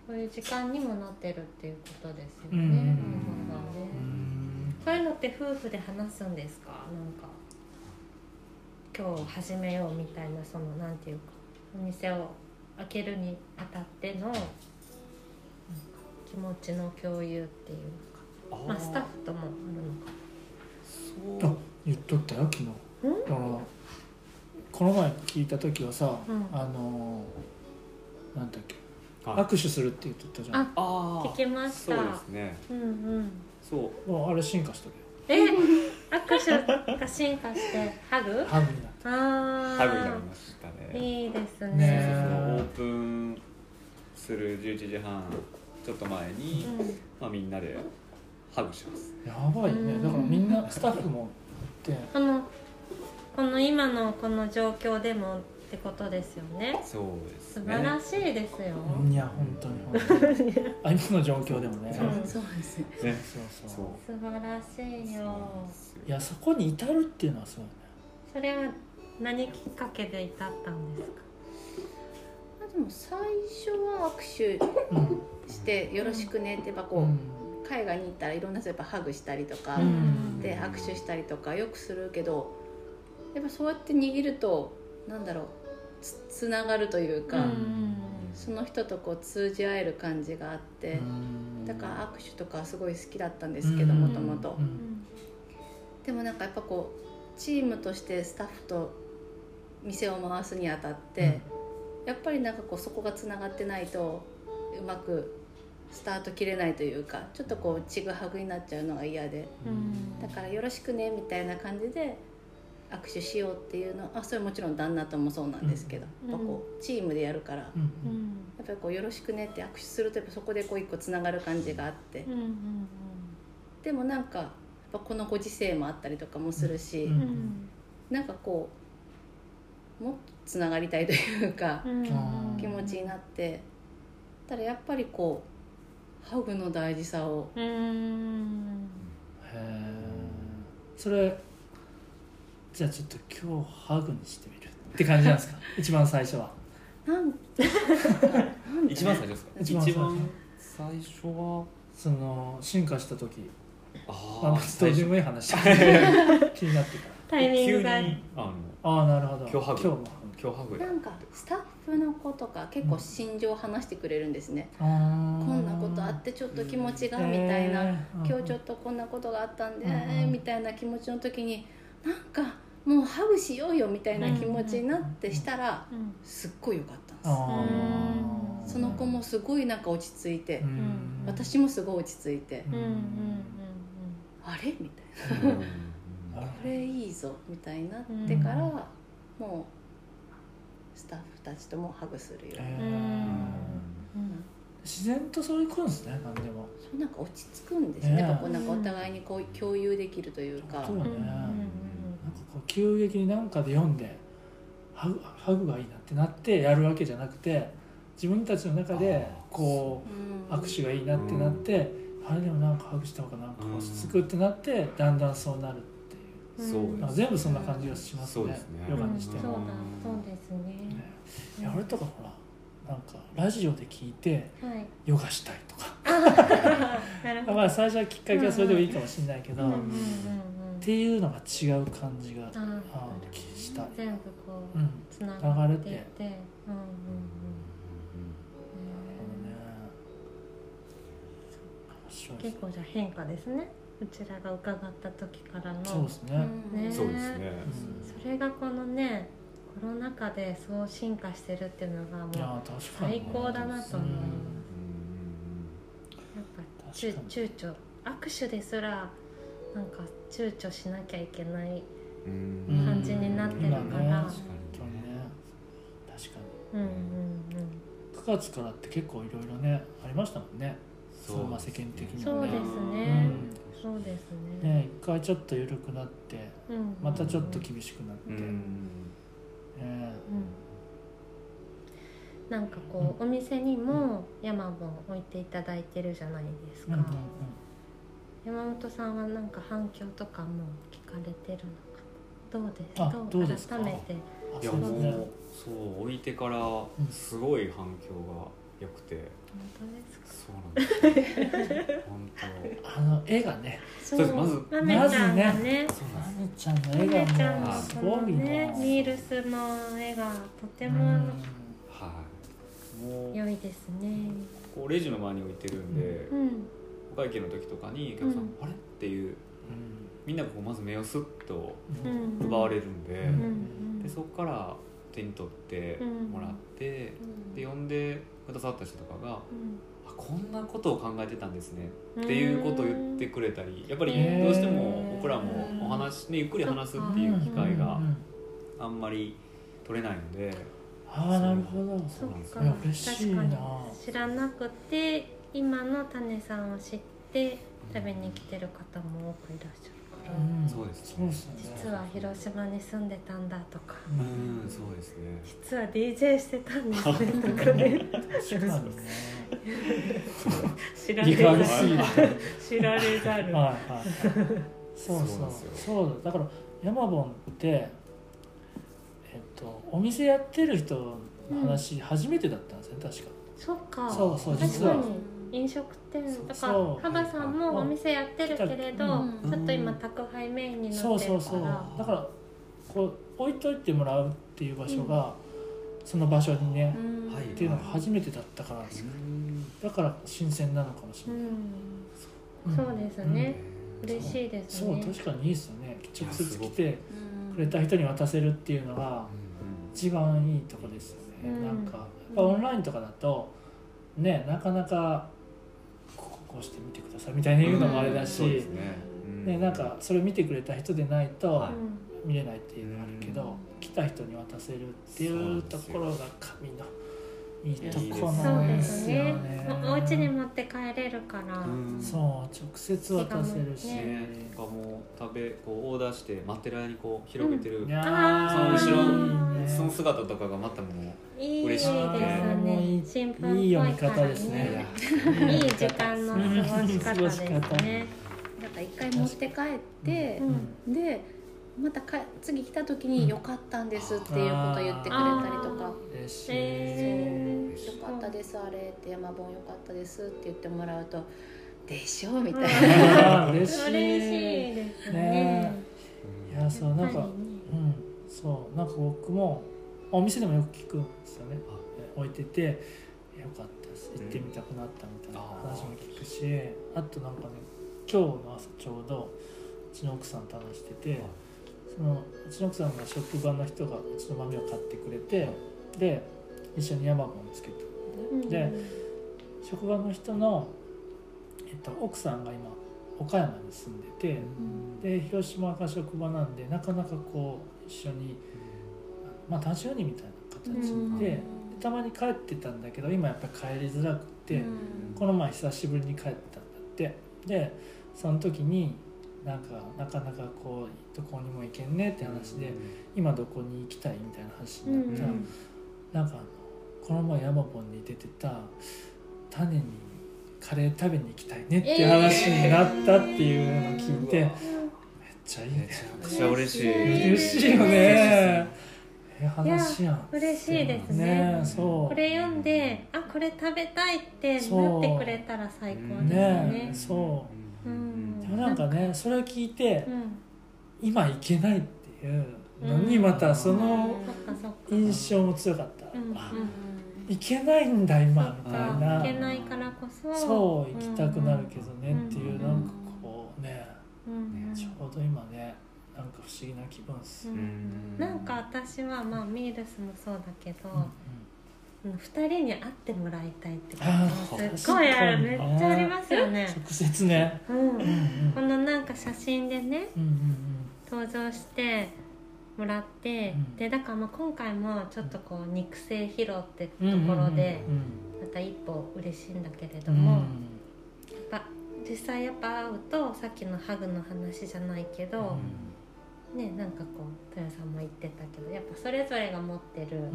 そういう時間にもなってるっていうことですよね、うんママさんうねんそういうのって夫婦で話すんですかなんか今日始めようみたいなそのなんていうかお店を開けるにあたってのなんか気持ちの共有っていうあかまあスタッフともあるのかそうあ言っとったよ昨日うんだからこの前聞いた時はさ、うんあのーなんだっけはい握手するって言っとったじゃんああー聞きましたそうですねうんうんそうもうあれ進化したけえ握手が進化してハグどハグになっあ春になりましたあねいいですねそうそうねオープンする11時半ちょっと前に、まあ、みんなでハグしますてやばいよねだからみんなスタッフもってこのこの今のこの状況でもってことですよねそうです素ね晴らしいですよ、いや本当に本当にあ今の状況でもねそそううそうですねねそうそ素う晴らしいよそういやそこに至るっていうのはすごいねそれは何きっかけで至ったんですかでも最初は握うん手して「よろしくね」ってやっぱこう海外に行ったらいろんな人やっぱハグしたりとかううんんで握手したりとかよくするけどやっぱそうやって握るとなんだろうつつながるというか、うんその人とこう通じ合える感じがあって、うんだから握手とかはすごい好きだったんですけどうんもともとううんんでもなんかやっぱこうチームとしてスタッフと店を回すにあたって、やっぱりなんかこうそこがつながってないとうまくスタート切れないというかちょっとこうちぐはぐになっちゃうのが嫌で。うんだから「よろしくね」みたいな感じで握手しようっていうのあそれもちろん旦那ともそうなんですけど、うんやっぱこうチームでやるから、うやうんんっぱりこう「よろしくね」って握手するとやっぱそこでこう一個つながる感じがあって、うんでもなんかやっぱこのご時世もあったりとかもするし、ううんうんんうんなんかこうもっとつながりたいというか、うん気持ちになってただやっぱりこうハグの大事さをうんへえそれじゃあちょっと今日ハグにしてみるって感じなん ですか一番最初はなん一番最初ですか一番最初最初はその進化した時まあああちょっと自分いい話気になってたタイミングが急にあのああなるほど今日ハグ今日も今日ハグやなんかスタッフの子とか結構心情を話してくれるんですね、ここんなことあってちょっと気持ちがみたいな、今日ちょっとこんなことがあったんで、うんうんみたいな気持ちの時になんかもうハグしようよみたいな気持ちになってしたらうんすっごい良かったんです、あーその子もすごいなんか落ち着いて、うん私もすごい落ち着いて、うんうんうんあれみたいうんなるほなこどれいいぞみたいになってから、うんもうスタッフたちともハグするように、へうんうーんうん自然とそういうことですね何でもそうなんか落ち着くんですねねえやっぱこうなんかお互いにこう共有できるというか、そうねうなんんうんかこう急激に何かで読んでハグハグがいいなってなってやるわけじゃなくて自分たちの中であーこう握手がいいなってなってあれでもなんかハグした方がなんか落ち着くってなってだんだんそうなるっていううんそうなんか全部そんな感じがしますそうでねすねヨうガんにしそうてだもそうですねねいや俺とかほらなんかラジオで聞いてはいヨガしたいとか なるほど、まあ最初はきっかけはそれでもいいかもしれないけど、うんうっんうんうんていうのが違う感じが、あーあーした、全部こう、うんなるつながっ流れていて、うほんうんうんどうんね面白い結構じゃあ変化ですねうちらが伺った時からのそうですね、うんねそうですねそれがこのねコロナ禍でそう進化してるっていうのがもいやうー確かに最高だなと思いますやっぱちゅ確かに躊躇握手ですらなんか躊躇しなきゃいけないうんうん感じになってるから今ね本当確にね確かうんうんに9月からって結構いろいろねありましたもんねそそううまあ世間的うんにそうもでねすねそうですうんねね一回ちょっと緩くなってうんまたちょっと厳しくなって、うんねうんなんかこううお店にも山本置いていただいてるじゃないですうんかうん山本さんはなんか反響とかも聞かれてるのかあなどうですどうですか改めてうん、いやあそうですねもうそう置いてからすごい反響が良くて本当ですかそうなんですよ本あの絵がねそうですまずまめちゃんがまずね当そうまなんめちゃんのまめ絵ちがゃもんうのすそごのいな、ねミールスの絵がとてもですはいもう良いですねこうレジの前に置いてるんでう、んお会計の時とかにお客さん、うんあれっていうみんながこうまず目をスッとうんううんん奪われるんで,、うんうでんそこから手に取ってもらって、で呼んでくださった人とかが「あこんなことを考えてたんですね」うんっていうことを言ってくれたりやっぱりへーどうしても僕らもお話、ね、ゆっくり話すっていう機会うがんあんまり取れないのでああなるほどそっかいや嬉しいな確かに知らなくて今の種さんを知って食べに来てる方も多くいらっしゃるから、んそうですそうですね実は広島に住んでたんだとかううんんそうですね実は DJ してたんですねとかね確かにね知ら理れ解ざがるしい知られざはいる、はいはいそうそうそなうんですよそうだだからヤマボンってえっとお店やってる人の話初めてだったんですね確かそっかそうそう確実かはに飲食店とかそう幅さんもお店やってるけれど、うんちょっと今宅配メインになってるかそらうそうそうだからこう置いといてもらうっていう場所が、その場所にね、うんはいっていうのが初めてだったからうんだから新鮮なのかもしうれない、んうんそうですね、嬉しいですそうね確かにいいですよねい直や接す来ごくてくれた人に渡せるっていうのがうん一番いいとこですよね、うんなんかやっぱオンラインとかだとねなかなかこここうしてみてくださいみたいな言うのもあれだし、そうですねね、なんかそれ見てくれた人でないとは見れないっていうのがあるけど、来た人に渡せるっていうところが神のいいとこそなうんでですすよねね。おお家に持って帰れるから、うんそう直接渡せるし、ね、なんかもう食べこうオーダーして待ってる間にこう広げてる、いやーあーそその後姿とかがまたもいいで嬉しすいね新ろいい聞っ読ぽみいか方らですう、ねね。いいい読みい方時間の過ごし方ですね、なんか一回持って帰ってう、ん、でまたか次来た時に「よかったんです」っていうことを言ってくれたりとか嬉しい、えー「よそうかったですあれ」って「山本よかったです」って言ってもらうと「でしょ」みうたんいな。あー嬉しい嬉しいですねいやそうなんか、やっぱうんそうなんか僕もお店でもよく聞くんですよねあえ置いててよかったです行ってみたくなったみたいな話も聞くし、あとなんかね今日の朝ちょうどうちの奥さんと話してて、いそのうちの奥さんが職場の人がうちの豆を買ってくれて、で一緒にヤマボンつけて、りねで職場の人の、えっと、奥さんが今岡山に住んでて、で広島が職場なんでなかなかこう一緒に、まあ、単身赴任みたいな形で,、うんでたまに帰ってたんだけど今やっぱり帰りづらくて、うんこの前久しぶりに帰ったんだってでその時になんかなかなかこうどこにも行けんねって話で、今どこに行きたいみたいな話うんうになったら、んなんかあのこの前ヤマポンに出てた種にカレー食べに行きたいねっていう話になったっていうのを聞いて、めっちゃいいねめちゃくちゃ嬉しい嬉しいよね、えええ話やん嬉しいですねねえそうこれ読んであこれ食べたいってなそうってくれたら最高ですねねえそうんでもなんかねそれを聞いてうん今行けないっていうのにまたそのそっかそっか印象も強かった、うんうんあ行けないんだ今みそたっいかな行けないからこそそう行きたくなるけどねっていう、うんなんかこうねうんうんちょうど今ねなんか不思議な気分っす、ううんなんか私はまあミールスもそうだけど、んうん、2人に会ってもらいたいってあ感ーじすっごいあるめ確かにっねちゃありますよね、直接ね、うん、うんこのなんか写真でねうんうん登場してもらって、うんでだからまあ今回もちょっとこう肉声披露ってとこうんうんろでうんまた一歩嬉しいんだけれうどんも、やっぱ実際やっぱ会うとさっきのハグの話じゃないけど、ねなんかこう豊さんも言ってたけどやっぱそれぞれが持ってる、うんうん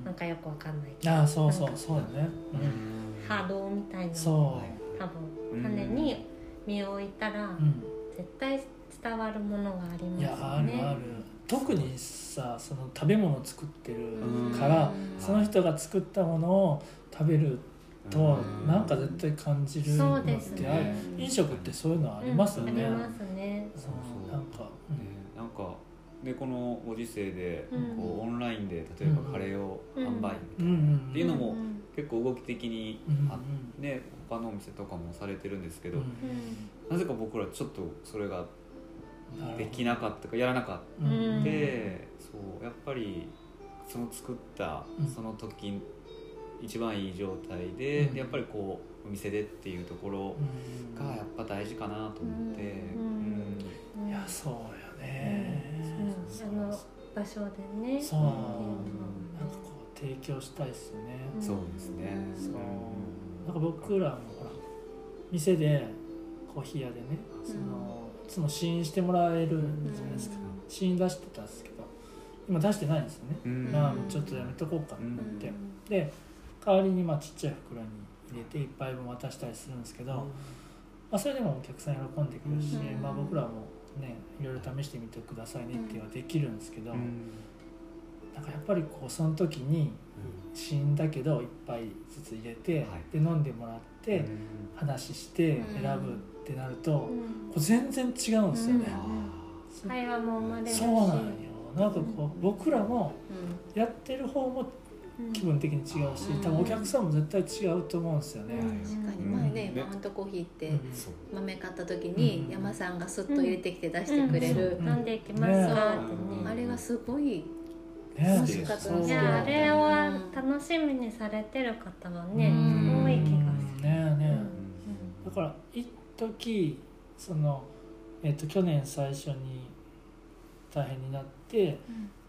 うなんんかよくわかんないけどああそうそうなんかそうだね、うん波動みたいなそ多分種に身を置いたらう、うん絶対伝わるものがありいやまあするよね。ある特にさその食べ物を作ってうんるからその人が作ったものを食べるとなんか絶対感じるのっそうですてあるね飲食ってそういうのありますよねうんありますね。そうなんかね、なんかでこのご時世で、うんこうオンラインで例えばカレーを販売みたういんな、うんうんっていうのもんん結構動き的にうんうんあね他のお店とかもされてるんですけうど、んなぜか僕らちょっとそれがなるほどできなかったかやらなかっうんたうんで、そうやっぱりその作ったうんその時一番いい状態で、うんやっぱりこうお店でっていうところうんがやっぱ大事かなと思って、うんうんいやそうよねそうあの場所でね。そうっなんかこう提供したいっすねうんそうですね。そううんなんか僕らもほら店でコーヒー屋でねうんそのいつも試飲してもらえるじゃないですか試飲出してたんですけど今出してないんですよねうんまあちょっとやめとこうかなうんってで代わりにまあちっちゃい袋に入れて一杯分渡したりするんですけど、まあ、それでもお客さん喜んでくれるし、うんまあ、僕らもねいろいろ試してみてくださいねっていうのはできるんですけど、うんなんかやっぱりこうその時に死んだけど一杯ずつ入れて、はいで飲んでもらって、話してうん選ぶってなると、こう全然違うんですよね、うんそ会話も生まれるし。そうなんよなんかこう僕らもうやってる方もうん気分的に違うし、うん多分お客さんも絶対違うと思うんですよね、うんん確かにうん前ねねマウントコーヒーってうんそう豆買った時うにん山さんがスッと入れてきて出してくれるうん飲んでいきますかってね。うんあれがすごいね楽しかったですじよゃああれをは楽しみにされてる方はね、うん多い気がする。ねねうんだから一時そのえっと去年最初に大変になって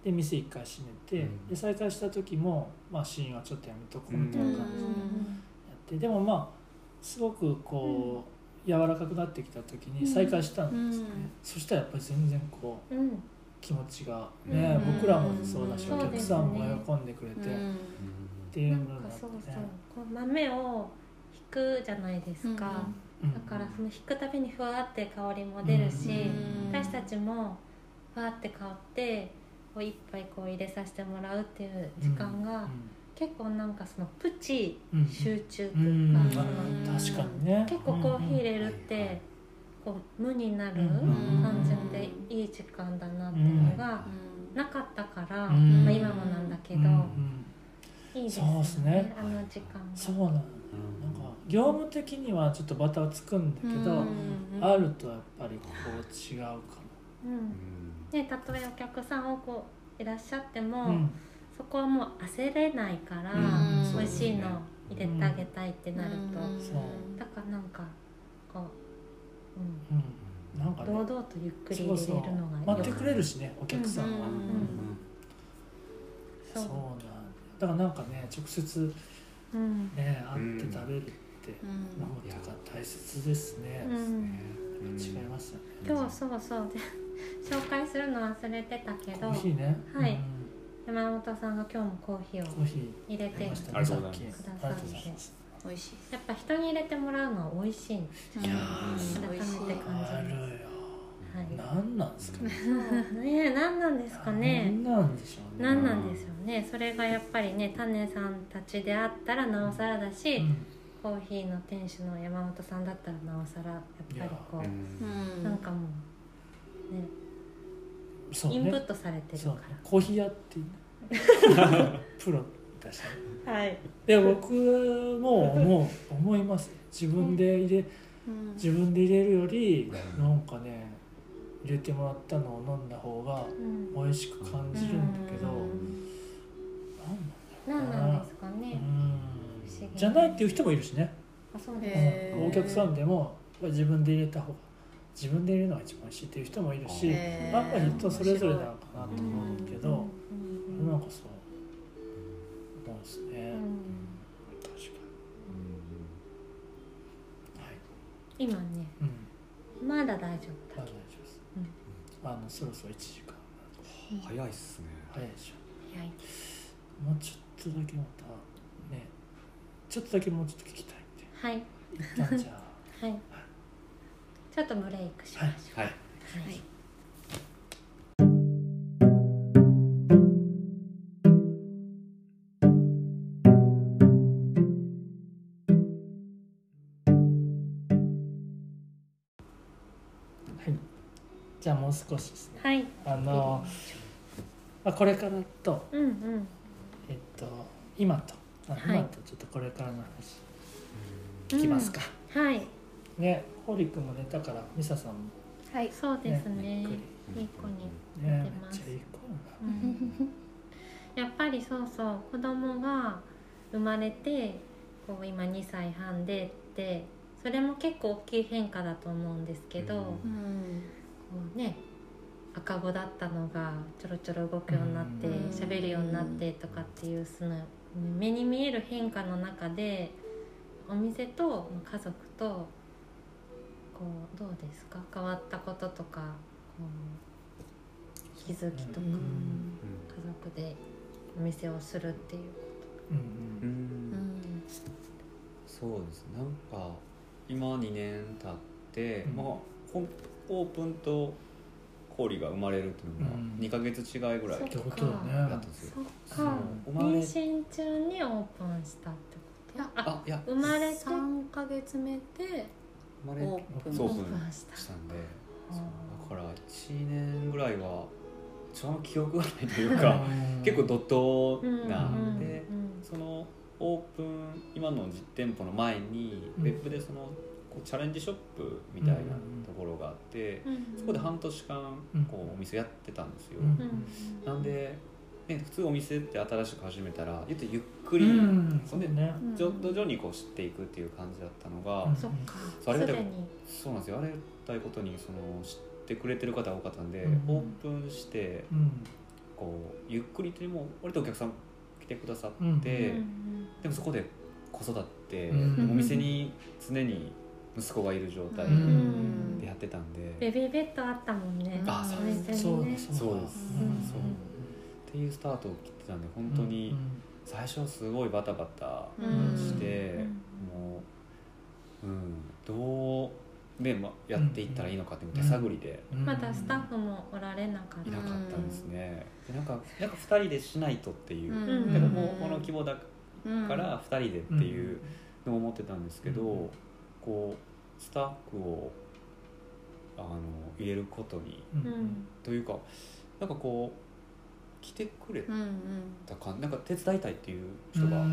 で店一回閉めて、うんで再開した時もまあシーンはちょっとやめとこうみたいな感じでやって、でもまあすごくこう、柔らかくなってきた時に再開したんですね、うんそしたらやっぱり全然こううん、気持ちがね、うん僕らもそうだし、うんお客さんも喜んでくれて、っんていうなのんだかっそうたそうね。こう豆をひくじゃないですか、うんだからそのひくたびにふわって香りも出るし、うん私たちもふわって香ってこう一杯こう入れさせてもらうっていう時間が、結構なんかそのプチうんうん集中とういうんか、あそのん確かにね結構コーヒー入れるっうんうんはいはていこう無になるうん感じでいい時間だなっていうのがなかったから、うんまあ、今もなんだけうど、んうんいいですそうっすねあの時間が。そうなのなんか業務的にはちょっとバタはつくんだけど、あるとやっぱりこう違うかうんでたとえお客さん多くいらっしゃっても、も、うんそこはもう焦れないから、うん美味しいの入れてあげたいってなると、だからなんかこう、うん、なんかうん、堂ね々とゆっくりそう入そうれるのが待ってよかくれるしねお客さんは、うんうんそそううなんだだからなんかね直接うんうんね会って食べるってうんのとか大切ですね、違いますよね今日そうそうで 紹介するの忘れてたけコどーヒーね、はいうん山本さんが今日もコーヒーをコーヒー入れありてまやしたありねさっがとうござきいあまくりがださってとうございます美味しいっぱ人に入れてもらうのは美味しいのいや美味しいー改めて感あるじるよは何なんですかねい、 ねえ何なんですかね何なんでしょうね何なんでしょうねそれがやっぱりねタネさんたちであったらなおさらだし、うんコーヒーの店主の山本さんだったらなおさらやっぱりこうう、うんんなんかもうねそうねインプットされてるそかうコーヒー屋 っていうプロだしねらはいで僕も思う思います自分で入れうん自分で入れるよりなんかね入れてもらったのを飲んだ方がうん美味しく感じるんだけどうん何なんですかなんねなん不だろ思議ううんじゃないっていう人もいるしねあそうですねへーお客さんでもやっぱり自分で入れた方が自分で入れるのが一番美味しいっていう人もいるしへーやっぱり人それぞれなのかなと思うけどうんうんなんかそう思うんですねうん確かにはい今ねうんまだ大丈まだ大夫だ丈夫ですうんあのそろそろ1時間早いっすね早いでしょ早いもうちょっとだけまたねちょっとだけもうちょっと聞きたいんではい一旦じゃあはいちょっとブレイクしましょはい、うはいはい、 じゃあもう少しですねはい、はい、あの、まあ、これからと、うんうんえっと、今とあはい今とちょっとこれからの話聞きますか、はいね堀君も寝たから美沙さんもはいそうですねねゆっくいい子にねめっ寝てまちすゃいい子うだんやっぱりそうそう子供が生まれてこう今2歳半でってそれも結構大きい変化だと思うんですけど、うんこうんうね赤子だったのがちょろちょろ動くようになってうん喋るようになってとかっていうその目に見える変化の中でお店と家族とこうどうですか変わったこととかこう気づきうとか。んうんうん家族でお店をするっていううんううんんうんそうですなんか今2年経って、うんまあほんオープンと氷が生まれるっていうのがうん2ヶ月違いぐらいそってかことだねだったんですよ、そっそうか生ま妊れ娠中にオープンしたってこといやああいや生まれて3ヶ月目で生まれオープンそうオープンしたしたんであーそうだから1年ぐらいはその記憶がないというか結構ど怒うん涛なんで、うんそのオープン今の実店舗の前に、うん別府でそのこうチャレンジショップみたいなうんところがあって、うんうん、そこで半年間うんこうお店やってたんですよ、うんうんなんで、ね、普通お店って新しく始めたらゆっとゆっくうり、んそんでそうねうん徐々にこう知っていくっていう感じだったのが、うんそっかそうありすがでたいにそうなんですよありがたいことにその知ってくれてる方が多かったんで、うんオープンしてうんこうゆっくりというよりも割とお客さん来てくださって、うんうでんもそこで子育て、うんお店に常に息子がいる状態うんうんでやってたんで、ベビーベッドあったもんねあおそう店にねそうですそうですうんそうっていうスタートを切ってたんで本当うにん最初はすごいバタバタうんして、もう、うん、どう、ねま、やっていったらいいのかっていう手探りでうんまだスタッフもおられなかっいたなかったんですね、でなんかなんか2人でしないとっていう、んでももうこの規模だか模ら2人でっていうのを思ってたんですけど、うんこうスタッフをあの入れることにうんううんんというかなんかこう来てくれうんうんたかなんか手伝いたいっていう人が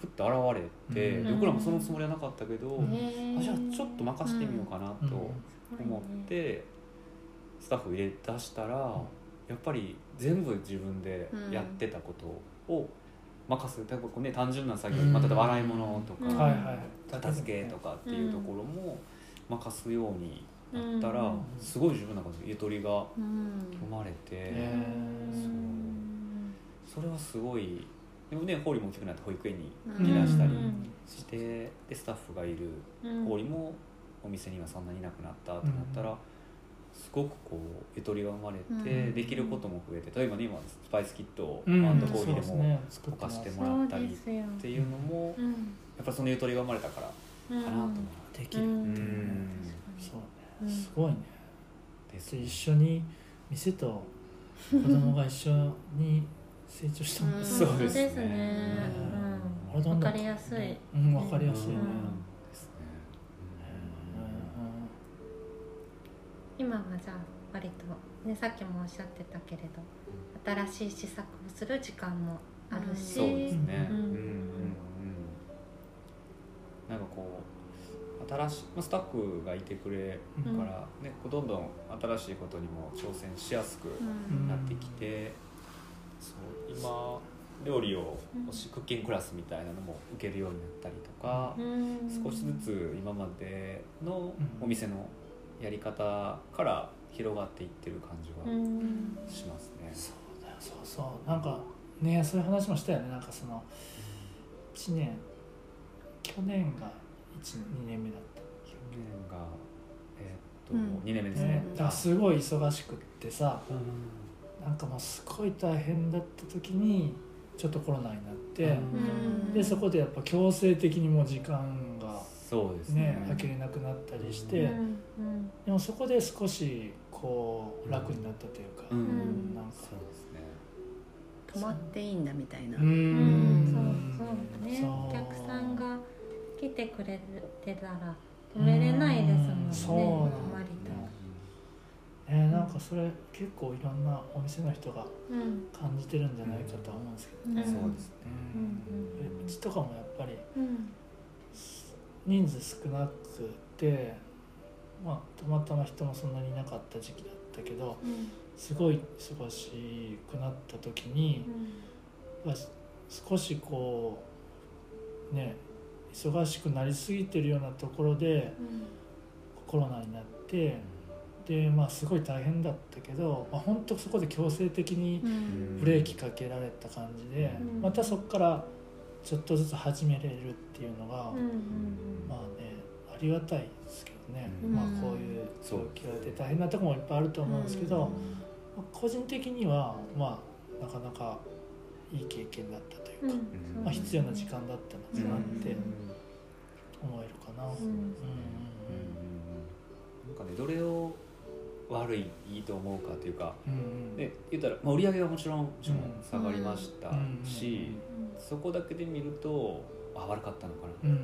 ふっと現れて、うんで僕らもそのつもりはなかったけど、うんあじゃあちょっと任せてみようかなうんと思って、スタッフ入れ出したら、やっぱり全部自分でやってたことを任せて、こうね、単純な作業、うんまた洗い物とか、うんはいはい片付けとかっていうところも任すようになったら、うんすごい自分の中でゆとりがうん生まれて、ねうんそれはすごいでもねホーリーも大きくなって保育園にうんいらしたりうんして、でスタッフがいるうん氷もお店にはそんなにいなくなったってなったら、うんすごくこうゆとりが生まれて、うんできることも増えて例えばね今スパイスキットを、うんアンドコーヒーそうでですもね作っ溶てかますしてもらそうったりっですよていうのも、うやんっぱりそのゆとりが生まれたからかなと思っでて、きるっていううんそううんねすごいねですで一緒に店と子供が一緒に成長したもんですよそう本当ですねですあねれうんどんどわんかりやすいうん、わかりやすいね、うんですね今はじゃあ割と、ね、さっきもおっしゃってたけれど新しい試作をする時間もあるし、そうですね。ううんんうんうんなんかこう新しいまあスタッフがいてくれうんるからね、こうどんどん新しいことにも挑戦しやすくうんなってきて、そう今料理をうんもしクッキングクラスみたいなのも受けるようになったりとか、うん少しずつ今までのうんお店のやり方から広がっていってる感じうはんしますね。そうだよそうそうなんかねそういう話もしたよねなんかその1年去年が12年目だっ去年がえーっと、うん2年目でた、すねね。、だからすごい忙しくってさうんなんかもうすごい大変だった時にちょっとコロナになって、うんでそこでやっぱ強制的にもう時間がそうですねね空けれなくなったりして、うんうんでもそこで少しこう楽になったというか、うん、んなんかそうですね止まっていいんだみたいな、うんんそうそうねそうお客さんが来てくれてたら止めれないですもんねうんそうなんだ割えーなんかそれ結構いろんなお店の人がとうん感じてるんじゃないかとは思うんですけど、うんそうですね、ううんちとかもやっぱりうん人数少なくてまあたまたま人もそんなにいなかった時期だったけどうんすごい忙しくなった時に、まあ少しこうね忙しくなりすぎてるようなところでコロナになってでまあすごい大変だったけど、まあ、本当そこで強制的にうんブレーキかけられた感じで、うんまたそこからちょっとずつ始めれるっていうのが、うんうんまあねありがたいですけどね、うんまあこういう状況で大変なとこもいっぱいあると思うんですけど、うんまあ個人的にはまあなかなかいい経験だったといううんか、うんまあ、必要な時間だったのかなってうん思えるかな。うんうんなんかねどれを悪いいいと思うかというかうんうんで言ったら、まあ、売り上げはもちろんもちろん下がりましたうんし、そこだけで見るとあ悪かったのかな、うっん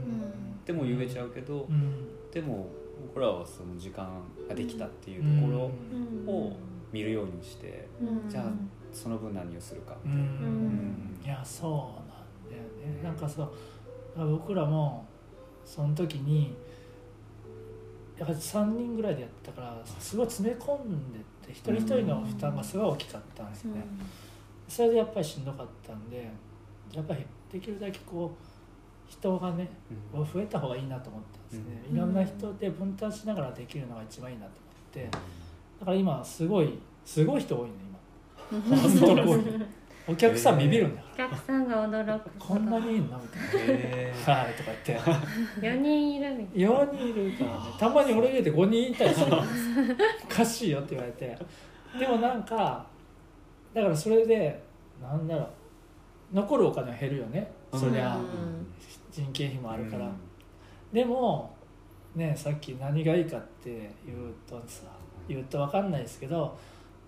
ても言えちゃうけど、うんでも僕らはその時間ができたっていうところうんうんを見るようにしてうんじゃあその分何をするかううんんいやそうなんだよねなんかそう僕らもその時にやっぱり3人ぐらいでやってたからすごい詰め込んでって一人一人の負担がすごい大きかったんですよね、それでやっぱりしんどかったんでやっぱりできるだけこう人がねうん増えた方がいいなと思ったんですね、うんいろんな人で分担しながらできるのが一番いいなと思ってだから今すごいすごい人多いね今本当に多いお客さんビビるんだから、お客さんが驚くこんなにいいのみたいへーな「はい」とか言って4人いるみたい4人いるからねたまに俺入れて5人いたりするんですおかしいよって言われてでもなんかだからそれでなんだろう残るお金は減るよねそりゃうん人件費もあるから、でもねさっき何がいいかって言うとさ言うと分かんないですけど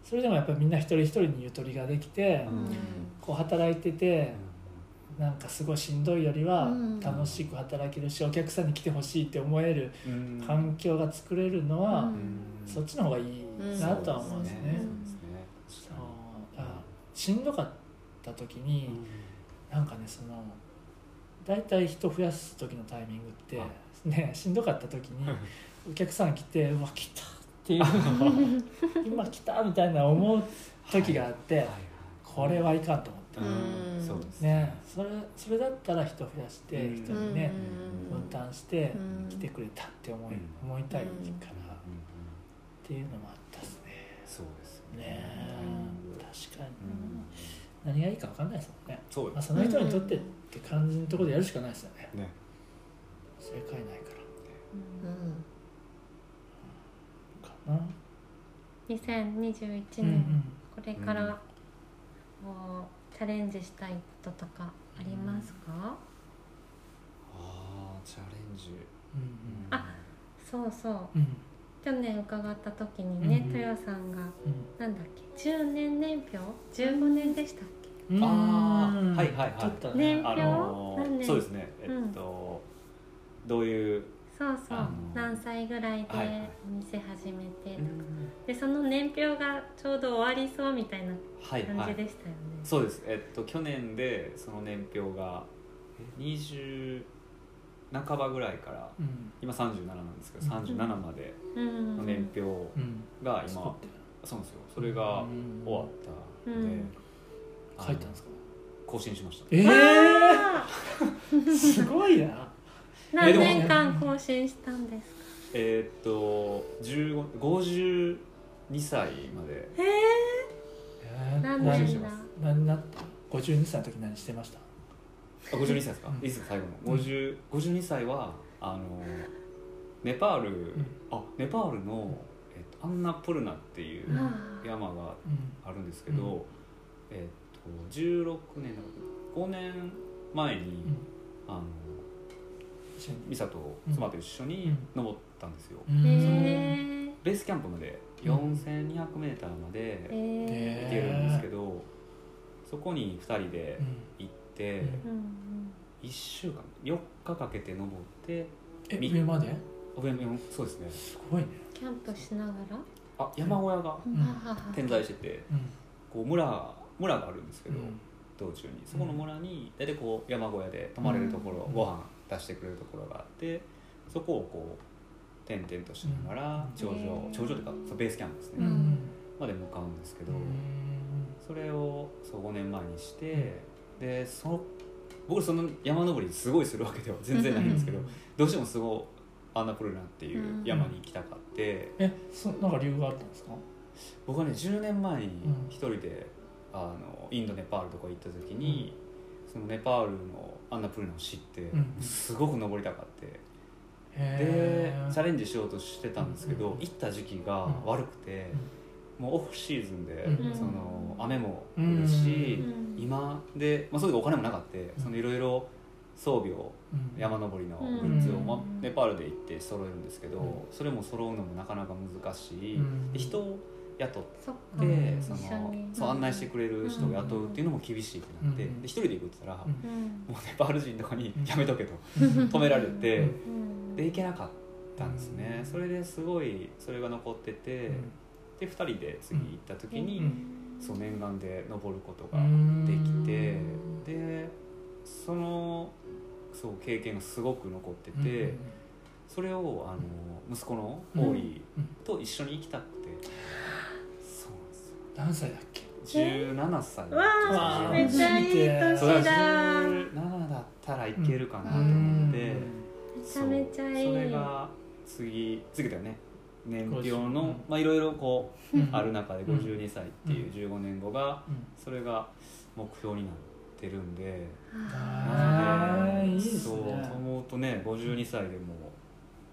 それでもやっぱりみんな一人一人にゆとりができて、うんこう働いててなんかすごいしんどいよりはうん楽しく働けるし、お客さんに来てほしいって思えるうん環境が作れるのは、ううんそっちの方がいいなとは思うんですね。うんそそううだからしんどかった時に、なんかねその大体人増やす時のタイミングっては、ね、しんどかった時に はいお客さん来て「うわ来た」って いう今来たみたいな思う時があって、これはいかんと思って、ですねうんうんそうですね、それそれだったら人増やしてうん人にね、うん分担してうん来てくれたって思い,、うん思いたいから、うんっうんうんていうのもあったですね。そうですねはい確かにうん何がいいか分かんないですもんね、そうまであ、すその人にとってって感じのところでやるしかないですよねね正解ないから。うんかな。 2021うんう年んこれからこうチャレンジしたいこととかありますかああチャレンジうんあそうそううんち去年伺った時にね、うん豊さんがうんなんだっけ10年年表15年でしたっうんあーはいはいはい取ったねね年あ表の何年そうですねえうんっと、どういう、けそうそうあの何歳ぐらいではいはいお店始めて、でその年表がちょうど終わりそうみたいなはいは感じいでしたよね、そうですえっと去年でその年表がえ20半ばぐらいからうん今37なんですけど37までうんの年表うんが作今、ってるそうなんですよそれがうん終わったので、うんあの書いたんですか更新しましたええあー、すごいなー何年間更新したんですかえーっと15 52歳までええー、ー何更新して年だます何なって52歳の時何してましたあ52歳ですかうんいいですか最後うのん50 52歳はあのネパール、んあネパールの、えっと、アンナプルナっていううんあー山がうんあるんですけど、うんえっと16年だ5年前に、あの一緒にミサと妻と一緒に登ったんですよ、うんへえベースキャンプまで 4200m まえでーね行けるんですけど、そこに2人でうん行って、うんうんうん1週間4日かけて登ってえみ上までお弁当そうですねすごいねキャンプしながら、あ山小屋がんははは点在しててうんこう村村があるんですけうど、ん道中にそこの村に大体こう山小屋で泊まれるところ、うんご飯出してくれるところがあってそこをこう転々としながらうん頂上、へー頂上というかそうベースキャンプですね、うんまで向かうんですけど、うんそれをそう5年前にして、でその僕その山登りすごいするわけでは全然ないんですけど、どうしてもすごいアンナプルナっていう山に行きたかって、えそなんか理由があったんですか僕はね10年前にうん一人で、あのインドネパールとか行った時に、そのネパールのアンナプルナを知って、んすごく登りたかってでへーチャレンジしようとしてたんですけど、うん行った時期が悪くて、もうオフシーズンで、うんその雨も降るし、うんうん今で、まあ、その時お金もなかってんそのいろいろ装備をうん山登りのグッズを、うんまあネパールで行って揃えるんですけど、うんそれも揃うのもなかなか難しい、うんで人を雇って。そっかうんそ一緒のにそう案内してくれる人を雇うっていうのも厳しいってなって、うんで一人で行くって言ったら、うんうんもうネパール人とかにうん「やめとけ」と止められて、で行けなかったんですね、うんそれですごいそれが残ってて、うんで2人で次行った時に、うんそう念願で登ることができんて、でそのそう経験がすごく残ってて、それをあの息子の王リうんと一緒に行きたくて、そうなんですよ何歳だっけ17歳だわったあーあんですよめっちゃいいそ年れはだめ17だったらいけるかなと思って、ちゃめちゃいいそうそれが次次だよね年表50のまあいろいろこうんうある中で52歳っていう15年後がうんそれが目標になってるんで、あーなのいいですねそうと思うとね52歳でも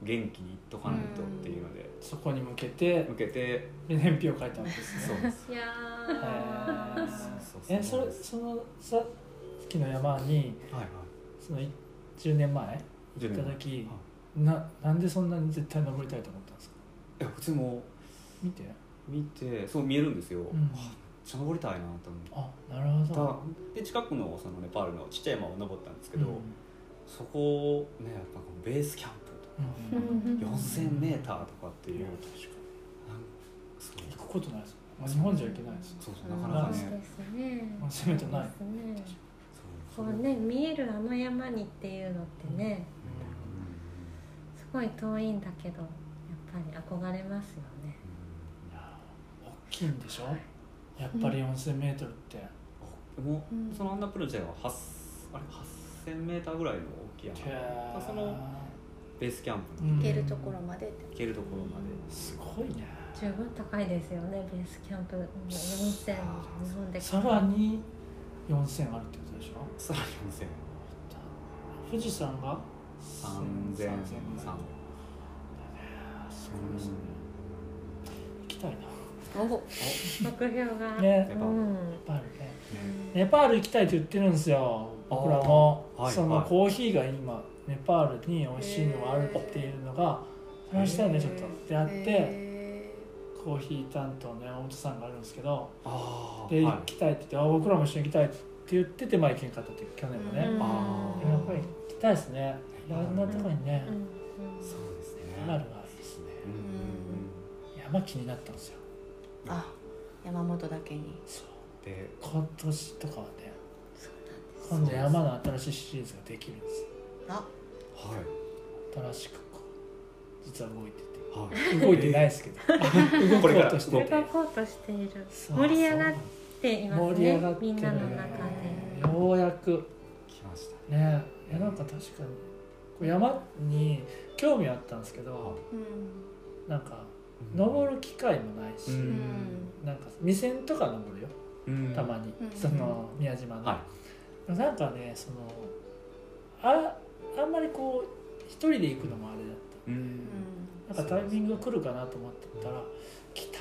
元気にいっとかないとっていうのでそこに向けて向けて年表を書いたんですそねうですいやへーそうそうえそれそのさっきの山に はいはいそのい10年前じゃあいたねだきはいななんでそんなに絶対登りたいと思ったんですかいや普通も見て見てそう見えるんですよ、んあめっちゃ登りたいなと思って。あなるほどで近くのそのネパールのちっちゃい山を登ったんですけど、うんそこをねやっぱこのベースキャンプうんーとか 4000m とかっていう、なんかそう行くことないですよまあ日本じゃ行けないですよそうそううなんかなかそうねですね初めてないそうですねそこううね見えるあの山にっていうのってねうすごい遠いんだけどやっぱり憧れますよねいやー大きいんでしょやっぱり 4000m ってんでもうんそのアンダープル自体は8あれ 8000m ぐらいの大きい山へーそのベースキャンプうにん行けるところまでって行けるところまで、すごいね十分高いですよねベースキャンプもう4000日本でさらに4000あるってことでしょさらに4000富士山が3000 3000 3000すごいですね行きたいなお目標が、ねうんネパールねねネパール行きたいと言ってるんですよ僕らも、あーはいそのはいコーヒーが今ネパールに美味しいのがあるっていうのがさりましたよねちょっとであって、えコーヒー担当の山本さんがあるんですけどあで、ー行きたいって言ってあ僕らも一緒に行きたいって言っててまあ行けんかったっていう去年もね、うんあーやっぱり行きたいですねいろんなとこにね、そうですねなるがいいですねうん山気になったんですよーあ山本だけにそうで今年とかはねそう今度山の新しいシリーズができるんですよなんあはい新しくこう実は動いててはい動いてないですけど動これからこうとして動るこうとしているそう盛り上がっていま盛すりね上がってみるんなの中ねようやく来ましたねいやなんか確かにこう山に興味あったんですけどはうんなんかい登る機会もないし、うんなんか未線とか登るようんたまに、うんその宮島の、はなんかねそのああんまりこう一人で行くのもあれだっいうんうんたなんかタイミングが来るかなと思ってたら来たね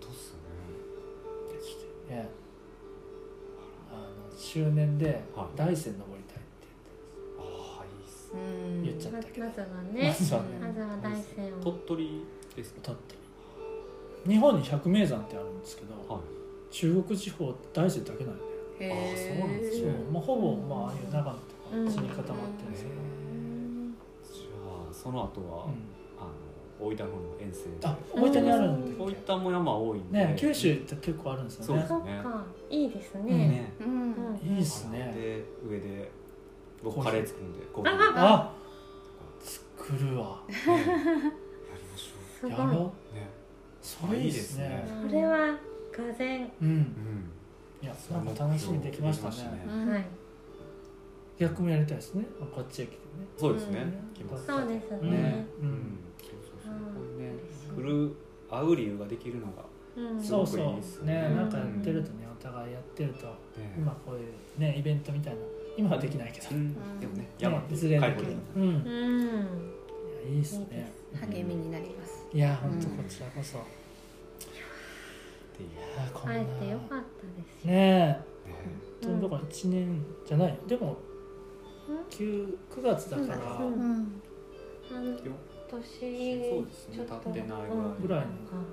本当っすね来てねあの周年ではい大山登りたいってああいいっすうん言っちゃっまたまけど、ずはまねずはねまずは大山を鳥取ですか取って日本に百名山ってあるんですけど、はい中国地方大山だけなんだよへあそうなんですそうねえまあ、ほぼ、まあ、ああいう長野とかう地んに固まってるんですけど、じゃあその後は、あの大分の方の遠征であ大分にあるんだっ大け分も山多いんでね九州って結構あるんですよねそっかいいですね、ねうんうんいいっすねで上でコ僕ーヒーカレー作るんでコーヒーああ作るわねやりましすょごやいろうねうそれいいですいいねですねこれはがぜん、うんうんいやなんか楽しみできましたねうんはい逆もやりたいですねこっちへ来てねそうですね、うん来ますそうですね、うんねううんんそうそううんそうこういうねう来んる会う理由ができるのがうんすそごうくいいっそすうねねなんかやってるとねお互いやってるとね今こういうねイベントみたいな今はできないけどうねんでもね山っいてずれ帰でるきこるとにうんういんやいいっすいいでね励みになりますいや本当こちらこそっていうねあーこんな会えてよねかったですよ、えう本当んだから1年じゃないでも 9, 9月だからうんん半よ年ちょっとそうですね経ってないぐらいうんぐらい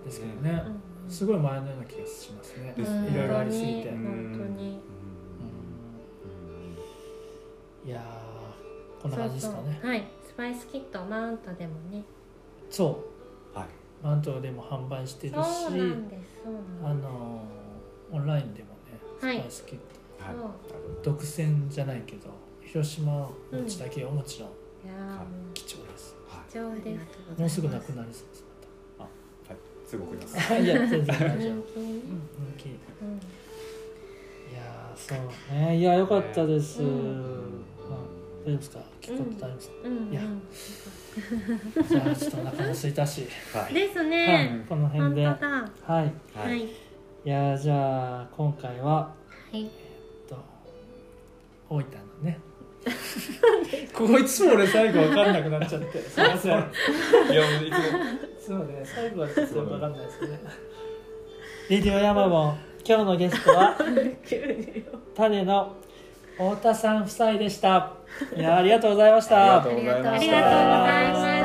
ですけどねうんすごい前のような気がしますねですねいろいろありすぎてうん本当にううんんいやーこんな感じですかねそうそうはいスパイスキットマウントでもねそはい、うマントでも販売してるしそうなんですそうあなんでのーオンラインでもねスパはいイスキッすそうはいト、独占じゃないけど広島餅だけはもちろんいやーもう貴重です、はい貴重ですもうすぐなくなり そうですはい、すぐ送りますま。たいや全然大丈夫人気ねうん人気いうんやーそうねいやよかったです、うんまあ大丈夫ですか聞くこと大丈夫ですか、うんいやうんじゃあちょっとお腹も空いたし、はい、ですはねい、この辺本当でだははいいはいいやーじゃあ今回ははいえっと大分の ねこいつも俺最後わかんなくなっちゃってすいませんいいや、もういつも。つもね最後はちょっとわかんないですねレディオヤマボン今日のゲスト は種の太田さん夫妻でしたいやーありがとうございましたありがとうございまあしりたがとうございま